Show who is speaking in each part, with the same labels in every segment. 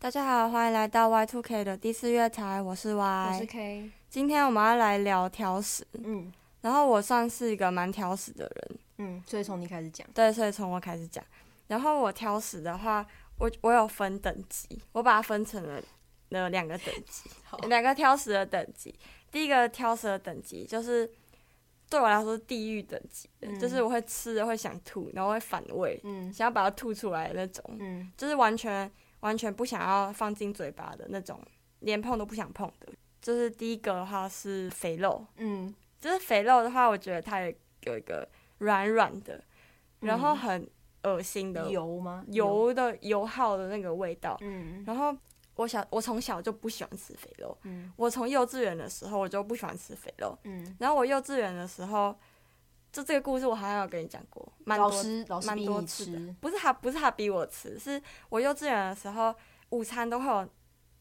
Speaker 1: 大家好，欢迎来到 Y Two K 的第四月台，我是
Speaker 2: 我是
Speaker 1: Y。
Speaker 2: K，
Speaker 1: 今天我们要来聊挑食，
Speaker 2: 嗯
Speaker 1: 然后我算是一个蛮挑食的人，
Speaker 2: 嗯，所以从你开始讲，
Speaker 1: 对，所以从我开始讲。然后我挑食的话，我我有分等级，我把它分成了了两个等级
Speaker 2: 好，
Speaker 1: 两个挑食的等级。第一个挑食的等级就是对我来说是地狱等级的，
Speaker 2: 嗯
Speaker 1: 就是我会吃的会想吐，然后会反胃，
Speaker 2: 嗯
Speaker 1: 想要把它吐出来的那种。
Speaker 2: 嗯
Speaker 1: 就是完全完全不想要放进嘴巴的那种，连碰都不想碰的。就是第一个的话是肥肉，
Speaker 2: 嗯，
Speaker 1: 就是肥肉的话，我觉得它也有一个软软的，然后很恶心的、
Speaker 2: 嗯油吗？，
Speaker 1: 油的油耗的那个味道。
Speaker 2: 嗯
Speaker 1: 然后我小我从小就不喜欢吃肥肉，
Speaker 2: 嗯
Speaker 1: 我从幼稚园的时候我就不喜欢吃肥肉。
Speaker 2: 嗯，
Speaker 1: 然后我幼稚园的时候，就这个故事我好像有跟你讲过，蛮
Speaker 2: 老
Speaker 1: 多
Speaker 2: 师老师
Speaker 1: 蛮
Speaker 2: 逼
Speaker 1: 多
Speaker 2: 你
Speaker 1: 次的
Speaker 2: 吃，，
Speaker 1: 不是他不是他逼我吃，是我幼稚园的时候午餐都会有，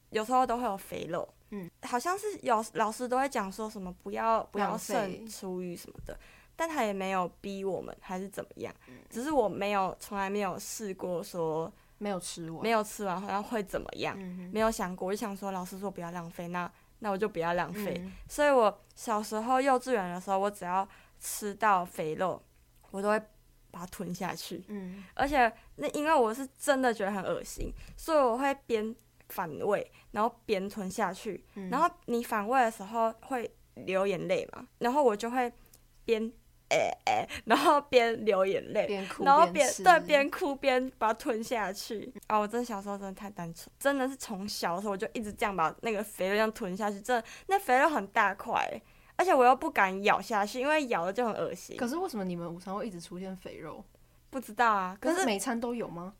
Speaker 1: 有时候都会有肥肉，
Speaker 2: 嗯，
Speaker 1: 好像是有老师都会讲说什么不要不要
Speaker 2: 浪费
Speaker 1: 剩厨余什么的，但他也没有逼我们还是怎么样，
Speaker 2: 嗯
Speaker 1: 只是我没有从来没有试过说
Speaker 2: 没有吃完，
Speaker 1: 没
Speaker 2: 有，
Speaker 1: 有吃完好像会怎么样，
Speaker 2: 嗯
Speaker 1: 没有想过，我就想说老师说不要浪费，那那我就不要浪
Speaker 2: 哼
Speaker 1: 费，，所以我小时候幼稚园的时候，我只要吃到肥肉，我都会把它吞下去。
Speaker 2: 嗯
Speaker 1: 而且那因为我是真的觉得很恶心，所以我会边反胃，然后边吞下去。
Speaker 2: 嗯，
Speaker 1: 然后你反胃的时候会流眼泪嘛，然后我就会边诶诶，然后边流眼泪。
Speaker 2: 边哭
Speaker 1: 然后边
Speaker 2: 边吃
Speaker 1: 对边哭边把它吞下去啊！我真的小时候真的太单纯，真的是从小的时候我就一直这样把那个肥肉这样吞下去，真的那肥肉很大块，而且我又不敢咬下去，因为咬了就很恶心。
Speaker 2: 可是为什么你们午餐会一直出现肥肉？
Speaker 1: 不知道啊，可
Speaker 2: 可是
Speaker 1: 是
Speaker 2: 每餐都有吗？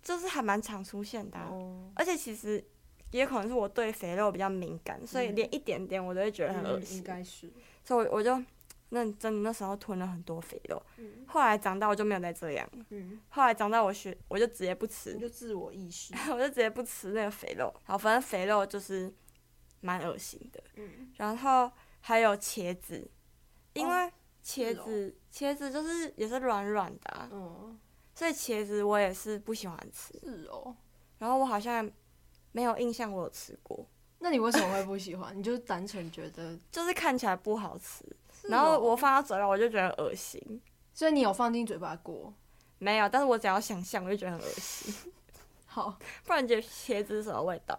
Speaker 1: 就是还蛮常出现的啊、
Speaker 2: 哦，
Speaker 1: 而且其实也可能是我对肥肉比较敏感，所以
Speaker 2: 嗯
Speaker 1: 连一点点我都会觉得很恶
Speaker 2: 嗯
Speaker 1: 心
Speaker 2: 应，该是，
Speaker 1: 所以我我就那真的那时候吞了很多肥肉。
Speaker 2: 嗯
Speaker 1: 后来长大我就没有再这样，
Speaker 2: 嗯，
Speaker 1: 后来长大我学我就直接不吃
Speaker 2: 你，就自我意识，
Speaker 1: 我就直接不吃那个肥肉。好，反正肥肉就是蛮恶心的。
Speaker 2: 嗯
Speaker 1: 然后还有茄子，因
Speaker 2: 哦
Speaker 1: 为茄
Speaker 2: 是哦
Speaker 1: 子、茄子就是也是软软的啊、
Speaker 2: 嗯，
Speaker 1: 所以茄子我也是不喜欢吃。
Speaker 2: 是哦。
Speaker 1: 然后我好像没有印象我有吃过，
Speaker 2: 那你为什么会不喜欢？你就是单纯觉得，
Speaker 1: 就是看起来不好吃。
Speaker 2: 是
Speaker 1: 然后
Speaker 2: 哦
Speaker 1: 我，放到嘴巴，我就觉得很恶心。
Speaker 2: 所以你有放进嘴巴过，
Speaker 1: 没有，但是我只要想象，我就觉得很恶心。
Speaker 2: 好，
Speaker 1: 不然你觉得茄子是什么味道？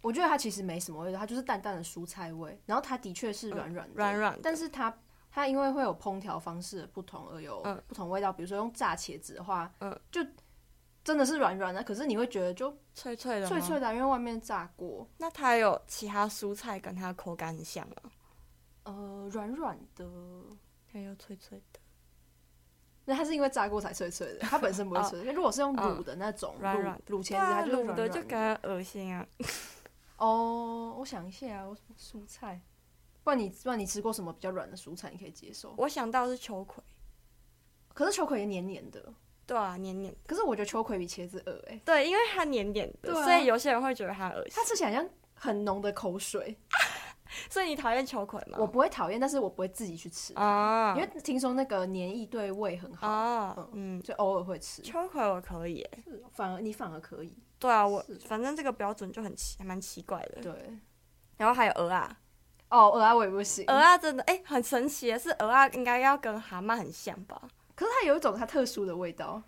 Speaker 2: 我觉得它其实没什么味道，它就是淡淡的蔬菜味，然后它的确是软软的
Speaker 1: 软软的
Speaker 2: 但是它它因为会有烹调方式的不同而有
Speaker 1: 嗯
Speaker 2: 不同味道，比如说用炸茄子的话，
Speaker 1: 嗯
Speaker 2: 就真的是软软的，可是你会觉得就
Speaker 1: 脆脆的吗？
Speaker 2: 脆脆的啊，因为外面炸过，
Speaker 1: 那它有其他蔬菜跟它的口感很像吗？
Speaker 2: 呃，软软的。
Speaker 1: 它又脆脆的，
Speaker 2: 那它是因为炸过才脆脆的，它本身不会脆。因为如果是用卤的那种
Speaker 1: 哦嗯软
Speaker 2: 卤
Speaker 1: 软
Speaker 2: 卤
Speaker 1: 对
Speaker 2: 茄子，
Speaker 1: 啊，
Speaker 2: 它就是
Speaker 1: 卤
Speaker 2: 软
Speaker 1: 的
Speaker 2: 软
Speaker 1: 就感觉恶心啊。
Speaker 2: 哦，我想一下啊，我什么蔬菜？不然你不然你吃过什么比较软的蔬菜你可以接受？
Speaker 1: 我想到是秋葵，
Speaker 2: 可是球葵也黏黏的，
Speaker 1: 对啊，黏黏，
Speaker 2: 可是我觉得秋葵比茄子恶哎、
Speaker 1: 对，因为它黏黏的，
Speaker 2: 对啊
Speaker 1: 所以有些人会觉得它恶心
Speaker 2: 它。吃起来像很浓的口水。
Speaker 1: 所以你讨厌秋葵吗？
Speaker 2: 我不会讨厌，但是我不会自己去吃，
Speaker 1: 啊
Speaker 2: 因为听说那个黏液对胃很好，
Speaker 1: 啊，嗯，
Speaker 2: 就偶尔会吃。
Speaker 1: 秋葵我可以耶，
Speaker 2: 反而你反而可以，
Speaker 1: 对啊，我
Speaker 2: 是哦
Speaker 1: 反正这个标准就很奇，还蛮奇怪的。
Speaker 2: 对。
Speaker 1: 然后还有鹅啊，
Speaker 2: 哦，鹅啊我也不行，
Speaker 1: 鹅啊真的哎、很神奇耶，是鹅啊应该要跟蛤蟆很像吧？
Speaker 2: 可是它有一种它特殊的味道，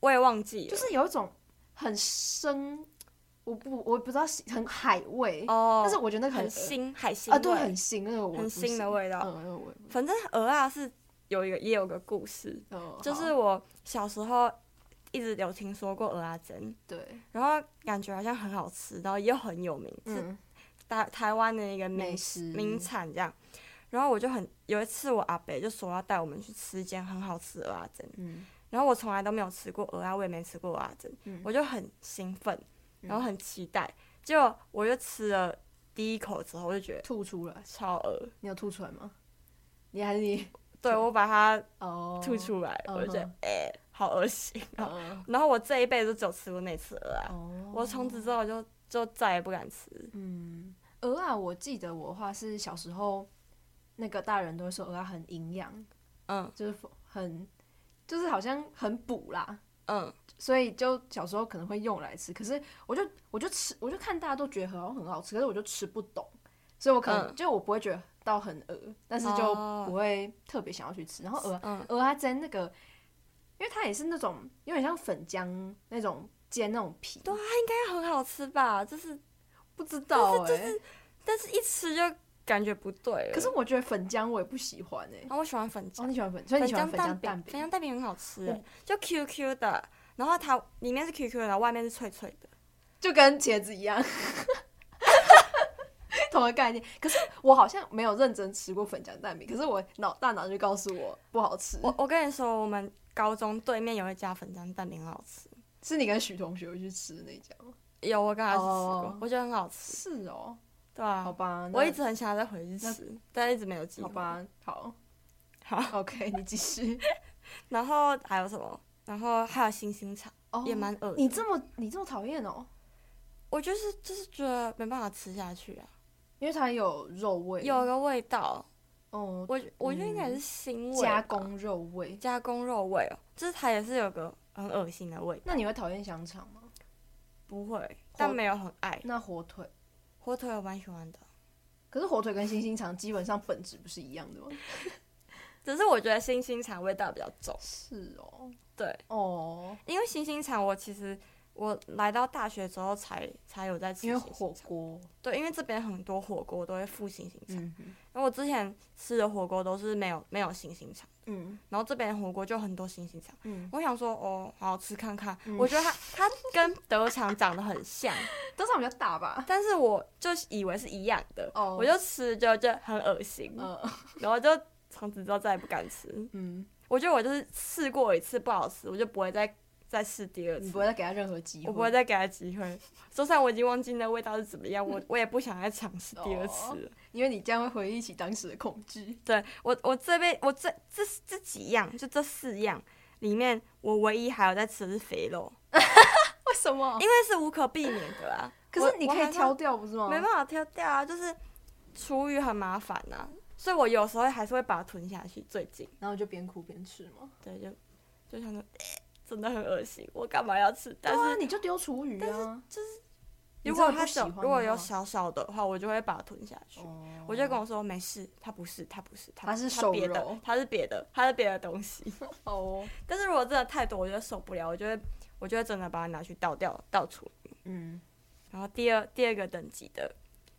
Speaker 1: 我也忘记了，
Speaker 2: 就是有一种很生，我不我不知道是很海味，
Speaker 1: 哦，
Speaker 2: 但是我觉得那个
Speaker 1: 很
Speaker 2: 腥
Speaker 1: 腥，海腥
Speaker 2: 啊，对，
Speaker 1: 味
Speaker 2: 很腥那个我
Speaker 1: 很
Speaker 2: 不
Speaker 1: 腥
Speaker 2: 行
Speaker 1: 的味道。
Speaker 2: 嗯，那个我也不
Speaker 1: 反正鹅啊是有一个也有个故事，
Speaker 2: 嗯
Speaker 1: 就是
Speaker 2: 好
Speaker 1: 我小时候一直有听说过鹅啊珍，
Speaker 2: 对，
Speaker 1: 然后感觉好像很好吃，然后又很有名，是
Speaker 2: 嗯，
Speaker 1: 台台湾的一个名
Speaker 2: 美食
Speaker 1: 名产这样。然后我就很有一次，我阿伯就说要带我们去吃一间很好吃的鹅啊珍，
Speaker 2: 嗯
Speaker 1: 然后我从来都没有吃过鹅啊，我也没吃过鹅啊珍，
Speaker 2: 嗯
Speaker 1: 我就很兴奋，
Speaker 2: 嗯
Speaker 1: 然后很期待，结果我就吃了第一口之后，我就觉得
Speaker 2: 吐出来，
Speaker 1: 超鹅，
Speaker 2: 你有吐出来吗？你还是你
Speaker 1: 对我把它
Speaker 2: 哦
Speaker 1: 吐出来，
Speaker 2: 嗯
Speaker 1: 我就觉得
Speaker 2: 哼
Speaker 1: 哎、好恶心啊！
Speaker 2: 嗯
Speaker 1: 然后我这一辈子就只有吃过那次鹅啊，
Speaker 2: 哦
Speaker 1: 我从此之后就就再也不敢吃。
Speaker 2: 嗯，鹅啊，我记得我的话是小时候，那个大人都会说鹅啊很营养，
Speaker 1: 嗯
Speaker 2: 就是很，就是好像很补啦，
Speaker 1: 嗯，
Speaker 2: 所以就小时候可能会用来吃，可是我就我就吃，我就看大家都觉得好像很好吃，可是我就吃不懂，所以我可能、
Speaker 1: 嗯
Speaker 2: 就我不会觉得到很饿，但是就
Speaker 1: 哦
Speaker 2: 不会特别想要去吃。然后鹅
Speaker 1: 嗯
Speaker 2: 鹅它煎那个，因为它也是那种有点像粉浆那种煎那种皮，
Speaker 1: 对啊应该很好吃吧？就是，
Speaker 2: 不知道哎、
Speaker 1: 但是一吃就感觉不对了。
Speaker 2: 可是我觉得粉浆我也不喜欢哎、
Speaker 1: 然后我喜欢粉
Speaker 2: 哦，
Speaker 1: 浆，
Speaker 2: 你喜欢粉，所以你喜欢
Speaker 1: 浆
Speaker 2: 粉浆
Speaker 1: 饼
Speaker 2: 蛋，
Speaker 1: 粉浆蛋饼很好吃
Speaker 2: 我，
Speaker 1: 就 QQ 的，然后它里面是 QQ 的，然后外面是脆脆的。
Speaker 2: 就跟茄子一样，同个概念。可是我好像没有认真吃过粉浆蛋饼，可是我脑大脑就告诉我不好吃。
Speaker 1: 我我跟你说，我们高中对面有一家粉浆蛋饼很好吃，
Speaker 2: 是你跟许同学去吃的那一家吗？
Speaker 1: 有我跟他去吃
Speaker 2: 哦
Speaker 1: 过，我觉得很好吃。
Speaker 2: 是哦，
Speaker 1: 对啊
Speaker 2: 好，吧，那
Speaker 1: 我一直很想要再回去吃，但一直没有机
Speaker 2: 好
Speaker 1: 会。
Speaker 2: 吧，好
Speaker 1: 好，
Speaker 2: ，OK，你继续。
Speaker 1: 然后还有什么？然后还有星星草，
Speaker 2: 哦
Speaker 1: 也蛮恶的。
Speaker 2: 你这么你这么讨厌哦，
Speaker 1: 我就是就是觉得没办法吃下去啊，
Speaker 2: 因为它有肉味，
Speaker 1: 有个味道，
Speaker 2: 哦
Speaker 1: 我我觉得应该也是腥味吧、
Speaker 2: 加工肉味。
Speaker 1: 加工肉味哦，就是它也是有个很恶心的味道。
Speaker 2: 那你会讨厌香肠吗？
Speaker 1: 不会，但没有很爱
Speaker 2: 那火腿，
Speaker 1: 火腿，我蛮喜欢的。
Speaker 2: 可是火腿跟星星肠基本上本质不是一样的吗？
Speaker 1: 只是我觉得星星肠味道比较重，
Speaker 2: 是哦，
Speaker 1: 对，
Speaker 2: 哦，
Speaker 1: 因为星星肠我其实我来到大学之后才才有在吃
Speaker 2: 因为
Speaker 1: 星星
Speaker 2: 火
Speaker 1: 肠，
Speaker 2: 锅，
Speaker 1: 对，因为这边很多火锅都会附星星肠，
Speaker 2: 嗯
Speaker 1: 因为我之前吃的火锅都是没有没有星星肠，
Speaker 2: 嗯
Speaker 1: 然后这边火锅就很多星星肠。
Speaker 2: 嗯，
Speaker 1: 我想说，哦，好吃看看。
Speaker 2: 嗯
Speaker 1: 我觉得它它跟德肠长得很像，
Speaker 2: 都算比较大吧。
Speaker 1: 但是我就以为是一样的，
Speaker 2: 哦
Speaker 1: 我就吃就就很恶心，
Speaker 2: 嗯
Speaker 1: 然后就从此之后再也不敢吃。
Speaker 2: 嗯，
Speaker 1: 我觉得我就是试过一次不好吃，我就不会再再试第二
Speaker 2: 你
Speaker 1: 次，
Speaker 2: 不会再给他任何机会，
Speaker 1: 我不会再给它机会。就算我已经忘记那味道是怎么样， 我我也不想再尝试第二次了。
Speaker 2: 因为你这样会回忆起当时的恐惧。
Speaker 1: 对我我这边我这这这几样就这四样里面，我唯一还有在吃的是肥肉，
Speaker 2: 为什么？
Speaker 1: 因为是无可避免的啦。
Speaker 2: 哦 可是你可
Speaker 1: 我我
Speaker 2: 以
Speaker 1: 害怕
Speaker 2: 挑掉，不是吗？
Speaker 1: 没办法挑掉啊，就是厨余很麻烦呐、所以我有时候还是会把它吞下去。最近，
Speaker 2: 然后就边哭边吃嘛。
Speaker 1: 对，就就想着、欸真的很恶心，我干嘛要吃？但
Speaker 2: 对啊，
Speaker 1: 是
Speaker 2: 你就丢厨余啊。你
Speaker 1: 如
Speaker 2: 真的
Speaker 1: 果
Speaker 2: 不
Speaker 1: 它
Speaker 2: 喜
Speaker 1: 有
Speaker 2: 欢
Speaker 1: 如果
Speaker 2: 的
Speaker 1: 有
Speaker 2: 话
Speaker 1: 小小的话，我就会把它吞下去。
Speaker 2: 哦
Speaker 1: 我就跟我说没事，它不是，它不是，它
Speaker 2: 它
Speaker 1: 不
Speaker 2: 是
Speaker 1: 它
Speaker 2: 瘦
Speaker 1: 别
Speaker 2: 肉
Speaker 1: 的，它是别的，它是别的东西。
Speaker 2: 哦，
Speaker 1: 但是如果真的太多，我就受不了，我就会我就会真的把它拿去倒掉倒厨
Speaker 2: 嗯，
Speaker 1: 然后第二第二个等级的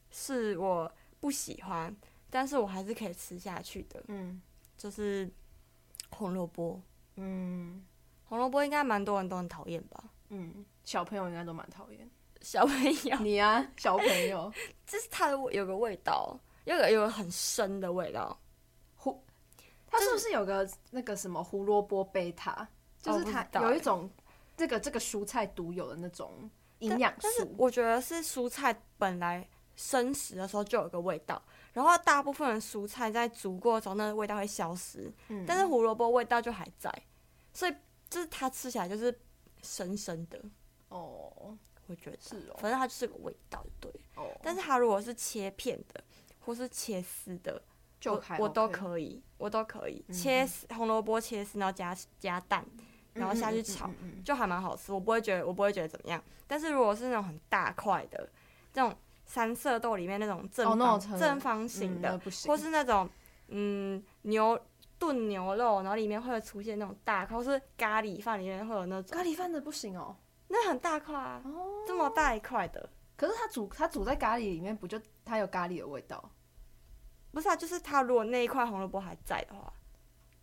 Speaker 1: 是我不喜欢，但是我还是可以吃下去的，
Speaker 2: 嗯
Speaker 1: 就是红萝卜。
Speaker 2: 嗯
Speaker 1: 红萝卜应该蛮多人都很讨厌吧？
Speaker 2: 嗯，小朋友应该都蛮讨厌
Speaker 1: 小朋友，
Speaker 2: 你啊，小朋友，
Speaker 1: 就是它的味有个味道，有个有个很深的味道。
Speaker 2: 胡，它是不是有个那个什么胡萝卜贝塔？就是
Speaker 1: 不知
Speaker 2: 它
Speaker 1: 道
Speaker 2: 有一
Speaker 1: 欸
Speaker 2: 种这个这个蔬菜独有的那种营
Speaker 1: 但
Speaker 2: 养
Speaker 1: 但是
Speaker 2: 素。
Speaker 1: 我觉得是蔬菜本来生食的时候就有个味道，然后大部分的蔬菜在煮过之后，那个味道会消失，
Speaker 2: 嗯
Speaker 1: 但是胡萝卜味道就还在，所以就是它吃起来就是生生的，
Speaker 2: 哦，
Speaker 1: 我觉得。
Speaker 2: 是哦
Speaker 1: 反正它就是个味道，对。
Speaker 2: 哦，
Speaker 1: 但是它如果是切片的，或是切丝的，
Speaker 2: 就
Speaker 1: 我
Speaker 2: 还
Speaker 1: 我都
Speaker 2: OK
Speaker 1: 可以，我都可以、
Speaker 2: 嗯
Speaker 1: 切丝红萝卜切丝，然后加加蛋，然后下去炒，
Speaker 2: 嗯嗯嗯嗯嗯
Speaker 1: 就还蛮好吃。我不会觉得我不会觉得怎么样。但是如果是那种很大块的，这种三色豆里面那种正
Speaker 2: 哦
Speaker 1: 方、
Speaker 2: 那种
Speaker 1: 正方形
Speaker 2: 嗯
Speaker 1: 的，
Speaker 2: 那不行，
Speaker 1: 或是那种嗯牛炖牛肉，然后里面会有出现那种大块，或是咖喱饭里面会有那种
Speaker 2: 咖喱饭的不行哦。
Speaker 1: 那很大块啊，
Speaker 2: 哦，
Speaker 1: 这么大一块的。
Speaker 2: 可是它煮它煮在咖喱里面，不就它有咖喱的味道？
Speaker 1: 不是啊，就是它如果那一块红萝卜还在的话，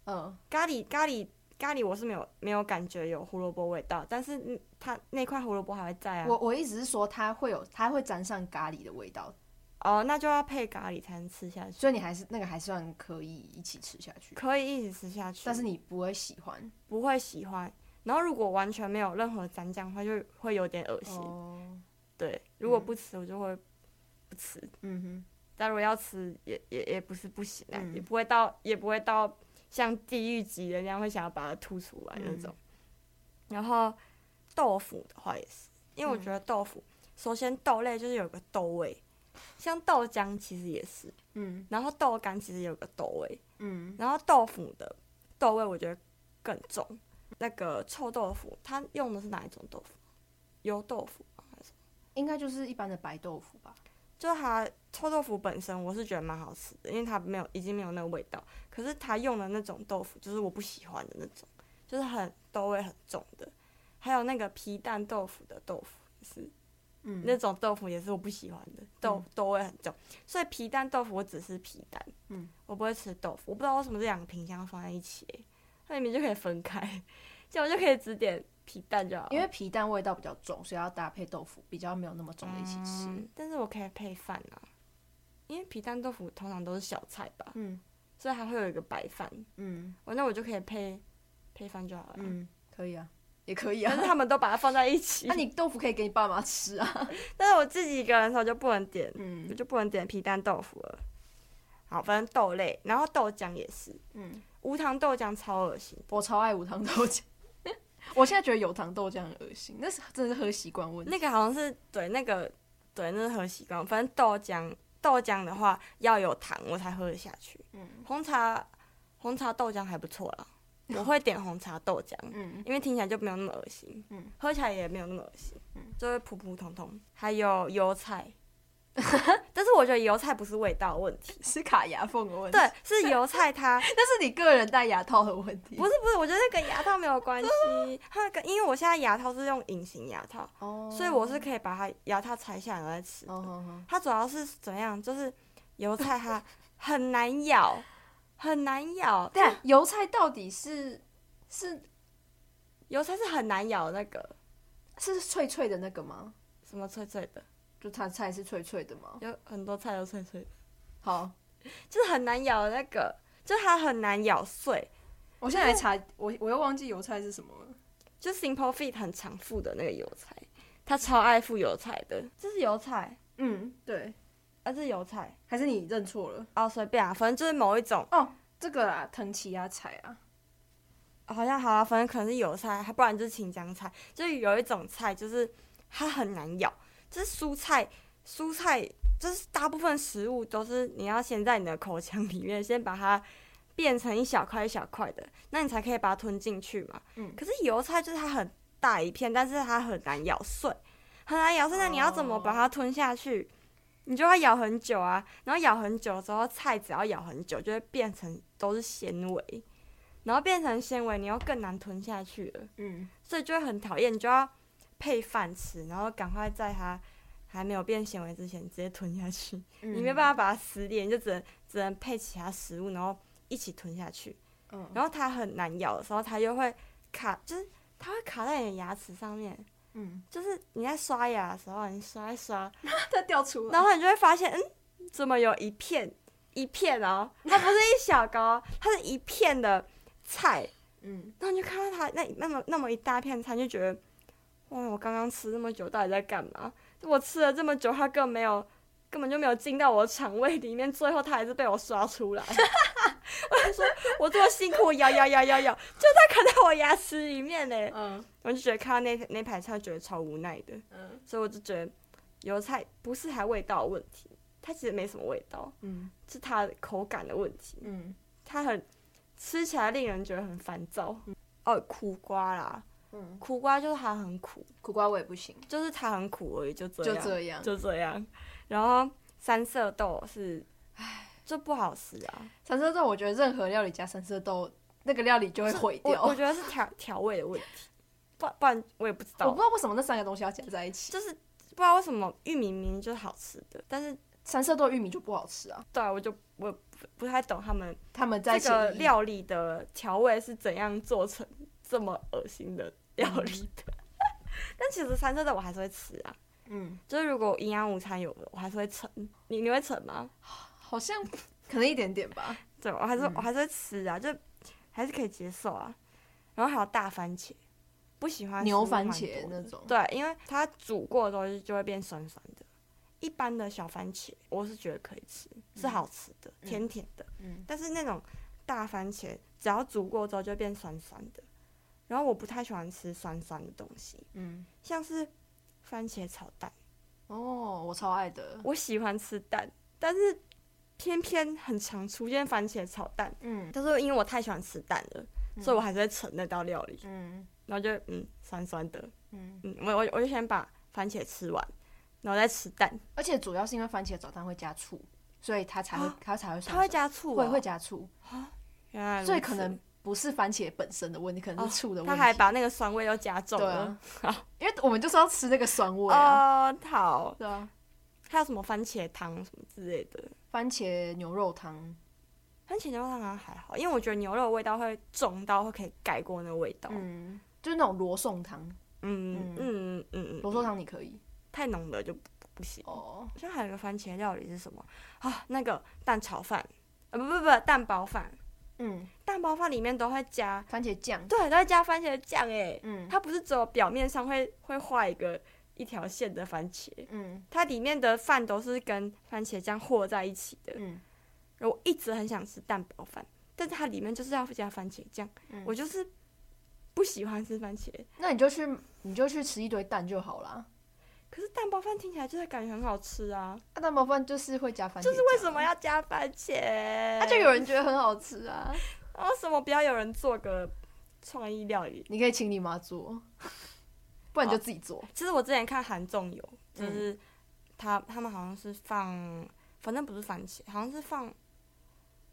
Speaker 2: 嗯，
Speaker 1: 咖喱咖喱咖喱我是没有没有感觉有胡萝卜味道，但是嗯它那块胡萝卜还会在啊。
Speaker 2: 我我一直是说它会有它会沾上咖喱的味道，
Speaker 1: 哦，那就要配咖喱才能吃下去，
Speaker 2: 所以你还是那个还算可以一起吃下去，
Speaker 1: 可以一直吃下去，
Speaker 2: 但是你不会喜欢。
Speaker 1: 不会喜欢。然后如果完全没有任何蘸酱的话，就会有点恶心。
Speaker 2: 哦，
Speaker 1: 对，如果
Speaker 2: 嗯
Speaker 1: 不吃我就会不吃，
Speaker 2: 嗯哼。
Speaker 1: 但如果要吃也也也不是不行啊，
Speaker 2: 嗯
Speaker 1: 也不会到也不会到像地狱级的那样会想要把它吐出来那种。
Speaker 2: 嗯
Speaker 1: 然后豆腐的话也是，因为我觉得豆腐、首先豆类就是有个豆味，像豆浆其实也是，
Speaker 2: 嗯
Speaker 1: 然后豆干其实有个豆味，
Speaker 2: 嗯
Speaker 1: 然后豆腐的豆味我觉得更重。那个臭豆腐，它用的是哪一种豆腐？油豆腐吗还是什么？
Speaker 2: 应该就是一般的白豆腐吧。
Speaker 1: 就它臭豆腐本身，我是觉得蛮好吃的，因为它没有已经没有那个味道。可是它用的那种豆腐，就是我不喜欢的那种，就是很豆味很重的。还有那个皮蛋豆腐的豆腐是
Speaker 2: 嗯，
Speaker 1: 那种豆腐也是我不喜欢的，豆豆味很重，所以皮蛋豆腐我只吃皮蛋，
Speaker 2: 嗯，
Speaker 1: 我不会吃豆腐，我不知道为什么这两个品相放在一起、欸，它明明就可以分开， 这样我就可以只点皮蛋就好了，
Speaker 2: 因为皮蛋味道比较重，所以要搭配豆腐，比较没有那么重的一起吃。
Speaker 1: 嗯，但是我可以配饭啊，因为皮蛋豆腐通常都是小菜吧，
Speaker 2: 嗯
Speaker 1: 所以还会有一个白饭，
Speaker 2: 嗯
Speaker 1: 我那我就可以配配饭就好了，
Speaker 2: 嗯，可以啊，也可以
Speaker 1: 但
Speaker 2: 啊。
Speaker 1: 是他们都把它放在一起，
Speaker 2: 那、你豆腐可以给你爸妈吃啊。
Speaker 1: 但是我自己一个人的时候就不能点我
Speaker 2: 嗯
Speaker 1: 就不能点皮蛋豆腐了。好，反正豆类，然后豆浆也是，
Speaker 2: 嗯，
Speaker 1: 无糖豆浆超恶心。
Speaker 2: 我超爱无糖豆浆， 我现在觉得有糖豆浆很恶心，那是真的是喝习惯问题。
Speaker 1: 那个好像是对那个对，那是喝习惯。反正豆浆豆浆的话要有糖我才喝得下去。
Speaker 2: 嗯
Speaker 1: 红茶红茶豆浆还不错啦，我会点红茶豆浆，
Speaker 2: 嗯
Speaker 1: 因为听起来就没有那么恶心，
Speaker 2: 嗯
Speaker 1: 喝起来也没有那么恶心，
Speaker 2: 嗯
Speaker 1: 就会普普通通。还有油菜， 但是我觉得油菜不是味道的问题，
Speaker 2: 是卡牙缝的问题，
Speaker 1: 对，是油菜它
Speaker 2: 那是你个人戴牙套的问题。
Speaker 1: 不是不是，我觉得跟牙套没有关系，它跟因为我现在牙套是用隐形牙套，
Speaker 2: 哦
Speaker 1: 所以我是可以把它牙套拆下来然后再吃。
Speaker 2: 哦好好
Speaker 1: 它主要是怎样？就是油菜它很难咬， 很难 咬。
Speaker 2: 对啊，油菜到底是是
Speaker 1: 油菜是很难咬那个
Speaker 2: 是脆脆的那个吗？
Speaker 1: 什么脆脆的，
Speaker 2: 就它菜是脆脆的吗？
Speaker 1: 有很多菜都脆脆的，
Speaker 2: 好，
Speaker 1: 就是很难咬的那个，就它很难咬碎。
Speaker 2: 我现在来查，我我又忘记油菜是什么了。
Speaker 1: 就 Simple Feet 很常附的那个油菜，它超爱附油菜的。这是油菜，
Speaker 2: 嗯，对，
Speaker 1: 啊，这是油菜
Speaker 2: 还是你认错了？
Speaker 1: 哦，随便啊，反正就是某一种。
Speaker 2: 这个啦，藤奇亚菜啊，
Speaker 1: 好像好啊，反正可能是油菜，还不然就是青江菜，就是有一种菜，就是它很难咬，就是蔬菜，蔬菜就是大部分食物都是你要先在你的口腔里面先把它变成一小块一小块的，那你才可以把它吞进去嘛。
Speaker 2: 嗯
Speaker 1: 可是油菜就是它很大一片，但是它很难咬碎，很难咬碎，那你要怎么把它吞下去？你就要咬很久啊，然后咬很久之后，菜只要咬很久，就会变成都是纤维，然后变成纤维，你又更难吞下去了，
Speaker 2: 嗯，
Speaker 1: 所以就会很讨厌，你就要配饭吃，然后赶快在它 还没有变纤维之前直接吞下去，
Speaker 2: 嗯
Speaker 1: 你没办法把它撕裂，你就只能只能配其他食物，然后一起吞下去。
Speaker 2: 法，嗯，
Speaker 1: 然后它很难咬的时候，它又会卡，就是它会卡在你的牙齿上面，
Speaker 2: 嗯，
Speaker 1: 就是你在刷牙的时候，你刷一刷，
Speaker 2: 它掉出来，
Speaker 1: 然后你就会发现，嗯，怎么有一片一片哦，它不是一小高，它是一片的菜，
Speaker 2: 嗯，
Speaker 1: 然后你就看到它那那么那么一大片菜，你就觉得，哇，我刚刚吃那么久到底在干嘛？我吃了这么久，它根本没有，根本就没有进到我的肠胃里面，最后它还是被我刷出来。我就说，我这么辛苦咬咬咬咬咬，就它卡在我牙齿里面嘞。
Speaker 2: 嗯，
Speaker 1: 我就觉得看到那那排菜，觉得超无奈的。
Speaker 2: 嗯，
Speaker 1: 所以我就觉得油菜不是它味道的问题，它其实没什么味道，
Speaker 2: 嗯，
Speaker 1: 是它口感的问题。
Speaker 2: 嗯，
Speaker 1: 它很吃起来令人觉得很烦躁。哦，苦瓜啦，
Speaker 2: 嗯，
Speaker 1: 苦瓜就是它很苦，
Speaker 2: 苦瓜我也不行，
Speaker 1: 就是它很苦而已，就这
Speaker 2: 啊就
Speaker 1: 样，
Speaker 2: 这样。
Speaker 1: 就这样。然后三色豆是，就不好吃啊，
Speaker 2: 三色豆，我觉得任何料理加三色豆，那个料理就会毁
Speaker 1: 我
Speaker 2: 掉。
Speaker 1: 我觉得是调 调味的问题，不不然我也不知
Speaker 2: 我不
Speaker 1: 道
Speaker 2: 知，道为什么那三个东西要加在一起，
Speaker 1: 就是不知道为什么玉米明明就是好吃的，但是
Speaker 2: 三色豆玉米就不好吃啊。
Speaker 1: 对啊我就我不不太懂他们
Speaker 2: 他们在
Speaker 1: 这
Speaker 2: 一起
Speaker 1: 个料理的调味是怎样做成这么恶心的料理的。 但其实三色豆我还是会吃啊，
Speaker 2: 嗯，
Speaker 1: 就是如果营养午餐有的，我还是会盛。你你会盛吗？
Speaker 2: 好像可能一点点吧。
Speaker 1: 对，我还是、
Speaker 2: 嗯
Speaker 1: 我还是会吃啊，就还是可以接受啊。然后还有大番茄，不喜欢
Speaker 2: 牛
Speaker 1: 食物
Speaker 2: 番
Speaker 1: 蛮
Speaker 2: 茄
Speaker 1: 多
Speaker 2: 那
Speaker 1: 的
Speaker 2: 种
Speaker 1: 对，因为它煮过的东西就会变酸酸的。一般的小番茄，我是觉得可以吃，是
Speaker 2: 嗯
Speaker 1: 好吃的，
Speaker 2: 嗯
Speaker 1: 甜甜的。
Speaker 2: 嗯
Speaker 1: 但是那种大番茄，只要煮过之后就变酸酸的。然后我不太喜欢吃酸酸的东西，
Speaker 2: 嗯，
Speaker 1: 像是番茄炒蛋，
Speaker 2: 哦，我超爱的。
Speaker 1: 我喜欢吃蛋，但是偏偏很常出现番茄炒蛋，
Speaker 2: 嗯
Speaker 1: 但是因为我太喜欢吃蛋了，所以我还是会盛那道料理，
Speaker 2: 嗯
Speaker 1: 然后就嗯酸酸的，
Speaker 2: 嗯，
Speaker 1: 嗯，我我我就先把番茄吃完，然后再吃蛋，
Speaker 2: 而且主要是因为番茄早餐会加醋，所以它才会它才会上
Speaker 1: 啊它会
Speaker 2: 手
Speaker 1: 加醋、啊哦
Speaker 2: 会会，加醋，
Speaker 1: 原来如
Speaker 2: 所以
Speaker 1: 此
Speaker 2: 可能不是番茄本身的问题，可能
Speaker 1: 哦
Speaker 2: 是醋的问
Speaker 1: 他
Speaker 2: 题。
Speaker 1: 还把那个酸味又加重
Speaker 2: 对
Speaker 1: 了
Speaker 2: 啊。，因为我们就是要吃那个酸味啊，
Speaker 1: 哦，好，
Speaker 2: 对啊，
Speaker 1: 还有什么番茄汤什么之类的。
Speaker 2: 番茄牛肉汤，
Speaker 1: 番茄牛肉汤好像还好，因为我觉得牛肉的味道会重到会可以盖过那个味道。嗯
Speaker 2: 嗯，就是那种罗宋汤，
Speaker 1: 嗯
Speaker 2: 嗯
Speaker 1: 嗯嗯
Speaker 2: 罗宋汤你可以
Speaker 1: 太浓了就不不行。
Speaker 2: 哦，
Speaker 1: 好像还有一个番茄料理是什么啊？那个蛋炒饭，呃不不不，蛋包饭，
Speaker 2: 嗯，
Speaker 1: 蛋包饭里面都会加，
Speaker 2: 番茄酱，
Speaker 1: 对，都会加番茄酱诶、
Speaker 2: 嗯
Speaker 1: 它不是只有表面上会会画一个一条线的番茄，
Speaker 2: 嗯
Speaker 1: 它里面的饭都是跟番茄酱和在一起的。
Speaker 2: 嗯，
Speaker 1: 然后我一直很想吃蛋包饭，但是它里面就是要加番茄酱，
Speaker 2: 嗯
Speaker 1: 我就是不喜欢吃番茄。
Speaker 2: 那你就去你就去吃一堆蛋就好啦。
Speaker 1: 可是蛋包饭听起来就是感觉很好吃啊，
Speaker 2: 啊，蛋包饭就是会加番茄，
Speaker 1: 就是为什么？要加番茄？
Speaker 2: 啊，就有人觉得很好吃啊，
Speaker 1: 啊，为什么不要有人做个创意料理？
Speaker 2: 你可以请你妈 做，不然你就自己做。
Speaker 1: 其实我之前看韩综有，就
Speaker 2: 嗯
Speaker 1: 是他他们好像是放，反正不是番茄，好像是放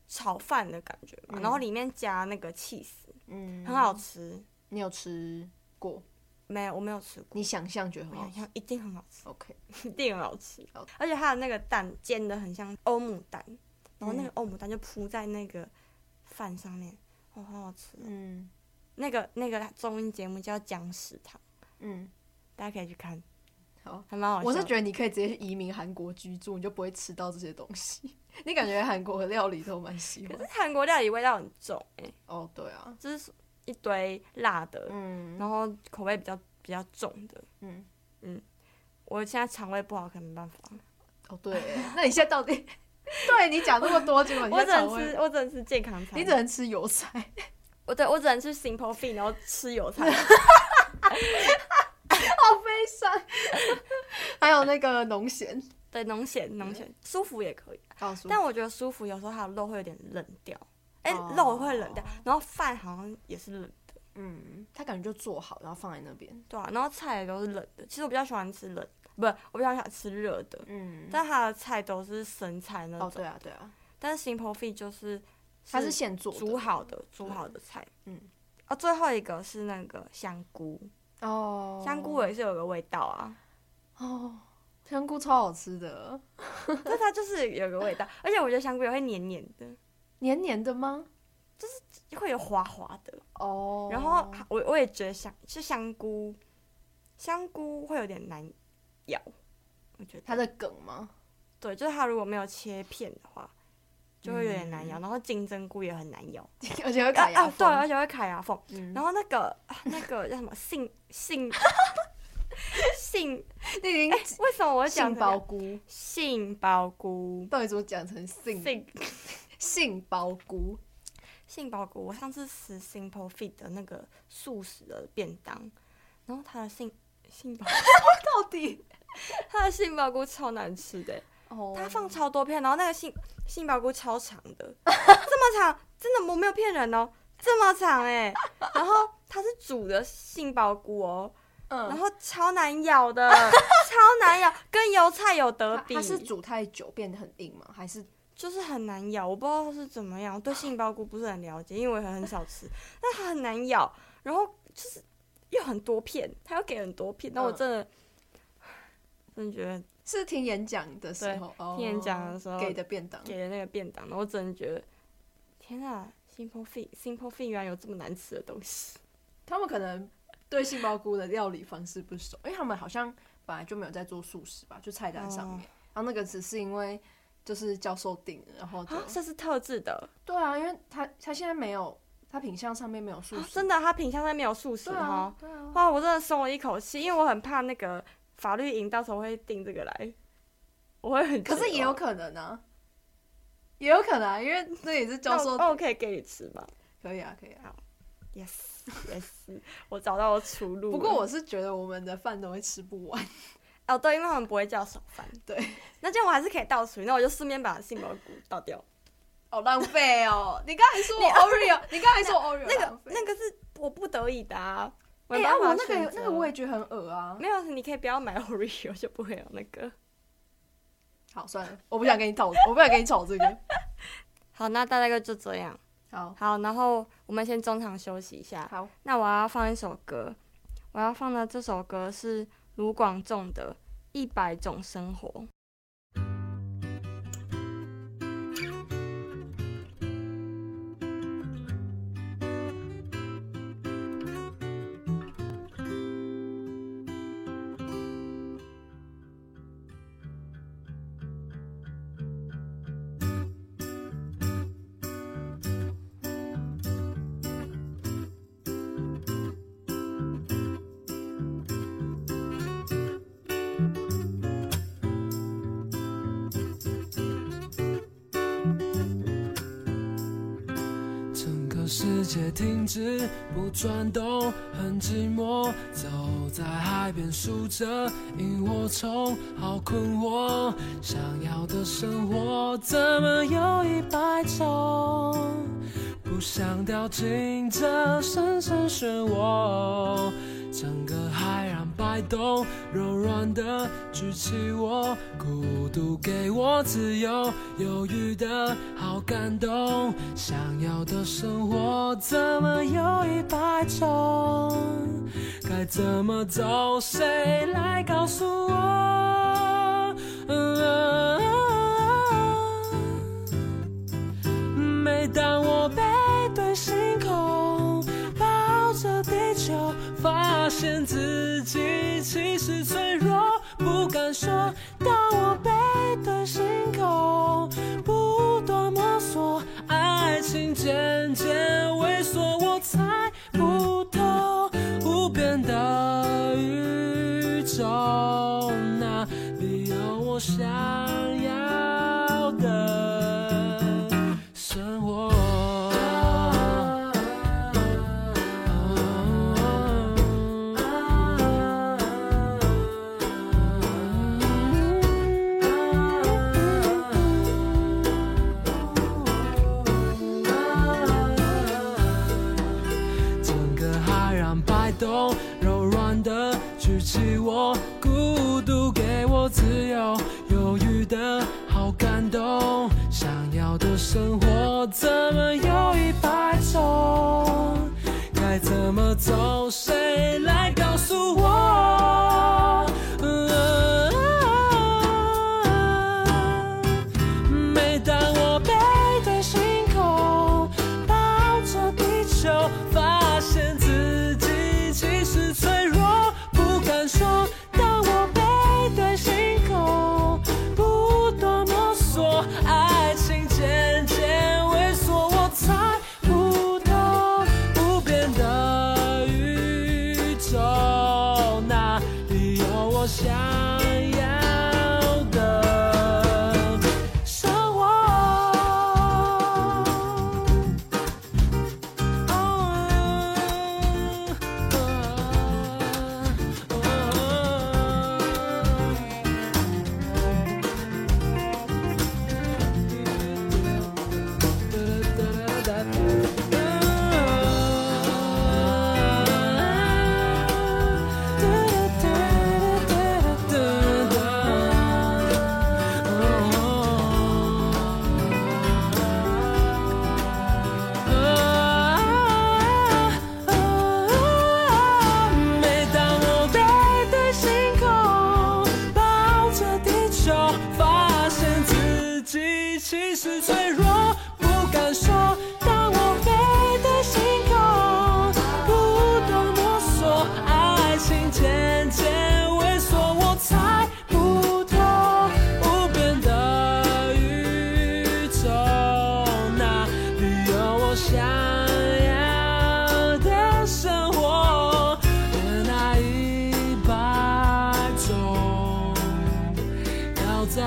Speaker 1: 炒饭的感觉嘛，
Speaker 2: 嗯
Speaker 1: 然后里面加那个 cheese，
Speaker 2: 嗯，
Speaker 1: 很好。吃。
Speaker 2: 你有吃过？
Speaker 1: 没有，我没有吃过，
Speaker 2: 你想象觉得
Speaker 1: 我
Speaker 2: 很好
Speaker 1: 想
Speaker 2: 吃
Speaker 1: 想一定很好吃。
Speaker 2: ？OK，
Speaker 1: 一定很好吃
Speaker 2: 好的，
Speaker 1: 而且它的那个蛋煎的很像欧姆蛋，然后那个
Speaker 2: 嗯
Speaker 1: 欧姆蛋就铺在那个饭上面，哦，好好吃哦、
Speaker 2: 嗯
Speaker 1: 那个那个综艺节目叫《僵尸堂》，
Speaker 2: 嗯，
Speaker 1: 大家可以去看，
Speaker 2: 好。
Speaker 1: 还蛮好笑的。
Speaker 2: 我是觉得你可以直接去移民韩国居住，你就不会吃到这些东西。 你感觉韩国的料理都蛮喜
Speaker 1: 可
Speaker 2: 欢。
Speaker 1: 是韩国料理味道很重、欸，
Speaker 2: 哦，对啊，
Speaker 1: 就是一堆辣的，
Speaker 2: 嗯
Speaker 1: 然后口味比较比较重的。
Speaker 2: 嗯，
Speaker 1: 我现在肠胃不好，可能没办法，
Speaker 2: 哦对，那你现在到底？ 对你讲那么多，结哦果你
Speaker 1: 我
Speaker 2: 现
Speaker 1: 只
Speaker 2: 在肠
Speaker 1: 能
Speaker 2: 胃
Speaker 1: 吃我只能吃健康餐，
Speaker 2: 你只能吃油菜。
Speaker 1: 我对我只能吃 simple feed，然后吃油菜。
Speaker 2: 好悲伤。 还有那个农闲，
Speaker 1: 对，浓咸浓
Speaker 2: 嗯
Speaker 1: 咸，舒服也可以。
Speaker 2: 告诉
Speaker 1: 但我觉得舒服有时候它的肉会有点冷掉，哎、
Speaker 2: 哦
Speaker 1: 肉会冷掉，然后饭好像也是冷的，
Speaker 2: 嗯，他感觉就做好，然后放在那边。
Speaker 1: 对啊，然后菜也都是冷的。其实我比较喜欢吃冷，不，我比较喜欢吃热的，
Speaker 2: 嗯
Speaker 1: 但它的菜都是生菜那
Speaker 2: 哦，
Speaker 1: 种，
Speaker 2: 对啊，对啊，
Speaker 1: 但是 simple feed 就是
Speaker 2: 它是现做的
Speaker 1: 煮好的煮好的菜，
Speaker 2: 嗯。
Speaker 1: 啊，最后一个是那个香菇，
Speaker 2: 哦，
Speaker 1: 香菇也是有个味道啊，
Speaker 2: 哦，香菇超好吃的，
Speaker 1: 但它就是有个味道，而且我觉得香菇也会黏黏的，
Speaker 2: 黏黏的吗？
Speaker 1: 会有滑滑的。
Speaker 2: 哦，
Speaker 1: 然后我我也觉得香是香菇，香菇会有点难咬，我觉得
Speaker 2: 它的梗吗？
Speaker 1: 对，就是它如果没有切片的话，就会有点难咬。然后金针菇也很难咬，
Speaker 2: 而嗯且会卡
Speaker 1: 啊
Speaker 2: 牙
Speaker 1: 啊对，
Speaker 2: 缝。
Speaker 1: 而且会卡牙缝。
Speaker 2: 嗯，
Speaker 1: 然后那个啊那个叫什么杏杏杏，
Speaker 2: 那已
Speaker 1: 哎、
Speaker 2: 经
Speaker 1: 为什么 我会讲
Speaker 2: 杏
Speaker 1: 这个
Speaker 2: 鲍菇，
Speaker 1: 杏鲍菇？
Speaker 2: 到底怎么讲成杏
Speaker 1: 杏
Speaker 2: 杏鲍菇？
Speaker 1: 杏鲍菇，我上次吃 Simple Fit 的那个素食的便当，然后它的杏杏鲍
Speaker 2: 到底？
Speaker 1: 它的杏鲍菇超难吃的欸、
Speaker 2: 哦
Speaker 1: 它放超多片，然后那个杏杏鲍菇超长 的，这么长，真的我没有骗人哦，这么长哎、然后它是煮的杏鲍菇哦，然
Speaker 2: 嗯，
Speaker 1: 后超难咬 的，超难咬，跟油菜有得
Speaker 2: 它
Speaker 1: 比，
Speaker 2: 它是煮太久变得很硬吗？还是
Speaker 1: 就是很难咬，我不知道是怎么样，我对杏鲍菇不是很了解，因为我也很少吃，但它很难咬，然后就是又很多片，它又给很多片，但我
Speaker 2: 嗯
Speaker 1: 真的、 真的觉得
Speaker 2: 是听演讲的时候？哦
Speaker 1: 听演讲的时候
Speaker 2: 给的便当。
Speaker 1: 给的那个便当，然后我真的觉得，天啊，Simple Fit Simple Fit 原来有这么难吃的东西。
Speaker 2: 他们可能对杏鲍菇的料理方式不熟，因为他们好像本来就没有在做素食吧，就菜单上
Speaker 1: 哦
Speaker 2: 面。然后那个只是因为就是教授定的，然后就
Speaker 1: 啊，这是特制的，
Speaker 2: 对啊，因为他他现在没有，他品相上面没有素
Speaker 1: 啊、
Speaker 2: 食，
Speaker 1: 真的，哦它品相上面有素食
Speaker 2: 对
Speaker 1: 哈
Speaker 2: 啊。，对啊，
Speaker 1: 哇，我真的松了一口气，因为我很怕那个法律营到时候会定这个来， 我会很绝
Speaker 2: 可
Speaker 1: 望。
Speaker 2: 是也有可能啊，也有可能啊，因为这也是教
Speaker 1: 那
Speaker 2: 授
Speaker 1: 我哦那我可以给你吃吗
Speaker 2: 可以啊，可以啊。
Speaker 1: ？Yes Yes，我找到我出路了。
Speaker 2: 不过我是觉得我们的饭都会吃 不完，
Speaker 1: 哦对，因为 他们不会叫手饭，
Speaker 2: 对，
Speaker 1: 那这样我还是可以倒数，那我就顺便把杏鲍菇倒掉。
Speaker 2: 好浪费哦！你刚才说我 Oreo，你 刚才说 Oreo
Speaker 1: 那
Speaker 2: 浪
Speaker 1: 个
Speaker 2: 啊费
Speaker 1: 那个是我不得已的、啊，我
Speaker 2: 哎、
Speaker 1: 没
Speaker 2: 啊，
Speaker 1: 办
Speaker 2: 我
Speaker 1: 法
Speaker 2: 那
Speaker 1: 选
Speaker 2: 个
Speaker 1: 择
Speaker 2: 那个我也觉得很恶啊。
Speaker 1: 没有，你可以不要买 Oreo 就不会有那个。
Speaker 2: 好，算了，我不想跟 你讨，我不想跟你吵这个。
Speaker 1: 好，那大概就这样。
Speaker 2: 好，
Speaker 1: 好，然后我们先中场休息一下。
Speaker 2: 好，
Speaker 1: 那我要放一首歌，我要放的这首歌是卢广仲的《一百种生活》。
Speaker 3: 整个世界停止不转动，很寂寞。走在海边数着萤火虫，好困惑。想要的生活怎么有一百种？不想掉进这深深漩涡，整个海洋摆动，柔软的举起我，孤独给我自由，犹豫的好感动，想要的生活怎么有一百种？该怎么走？谁来告诉我？嗯每当我背对星空，抱着地球，发现自己其实脆弱，不敢说。当我背对星空，不断摸索，爱情渐渐萎缩，我猜不透无边的宇宙，哪里有我想要的？生活。整个海洋摆动，柔软的举起我，孤独给我自由，犹豫的好感动，想要的生活怎么有一百种？该怎么走？谁来告诉我？嗯啊每当我背对星空，抱着地球，发现自己其实脆弱，不敢说。当我背对星空，不断摸索，爱情渐渐萎缩，我猜不透不变的宇宙，哪里有我想要的生活？Oh, oh, 每当我背对星空，抱着地球，发现自己其实脆弱，不敢说。当我背对星空，不断摸索，爱情渐渐萎缩，我猜不透无边的宇宙，哪里有我想要的生活？的那一百种，要在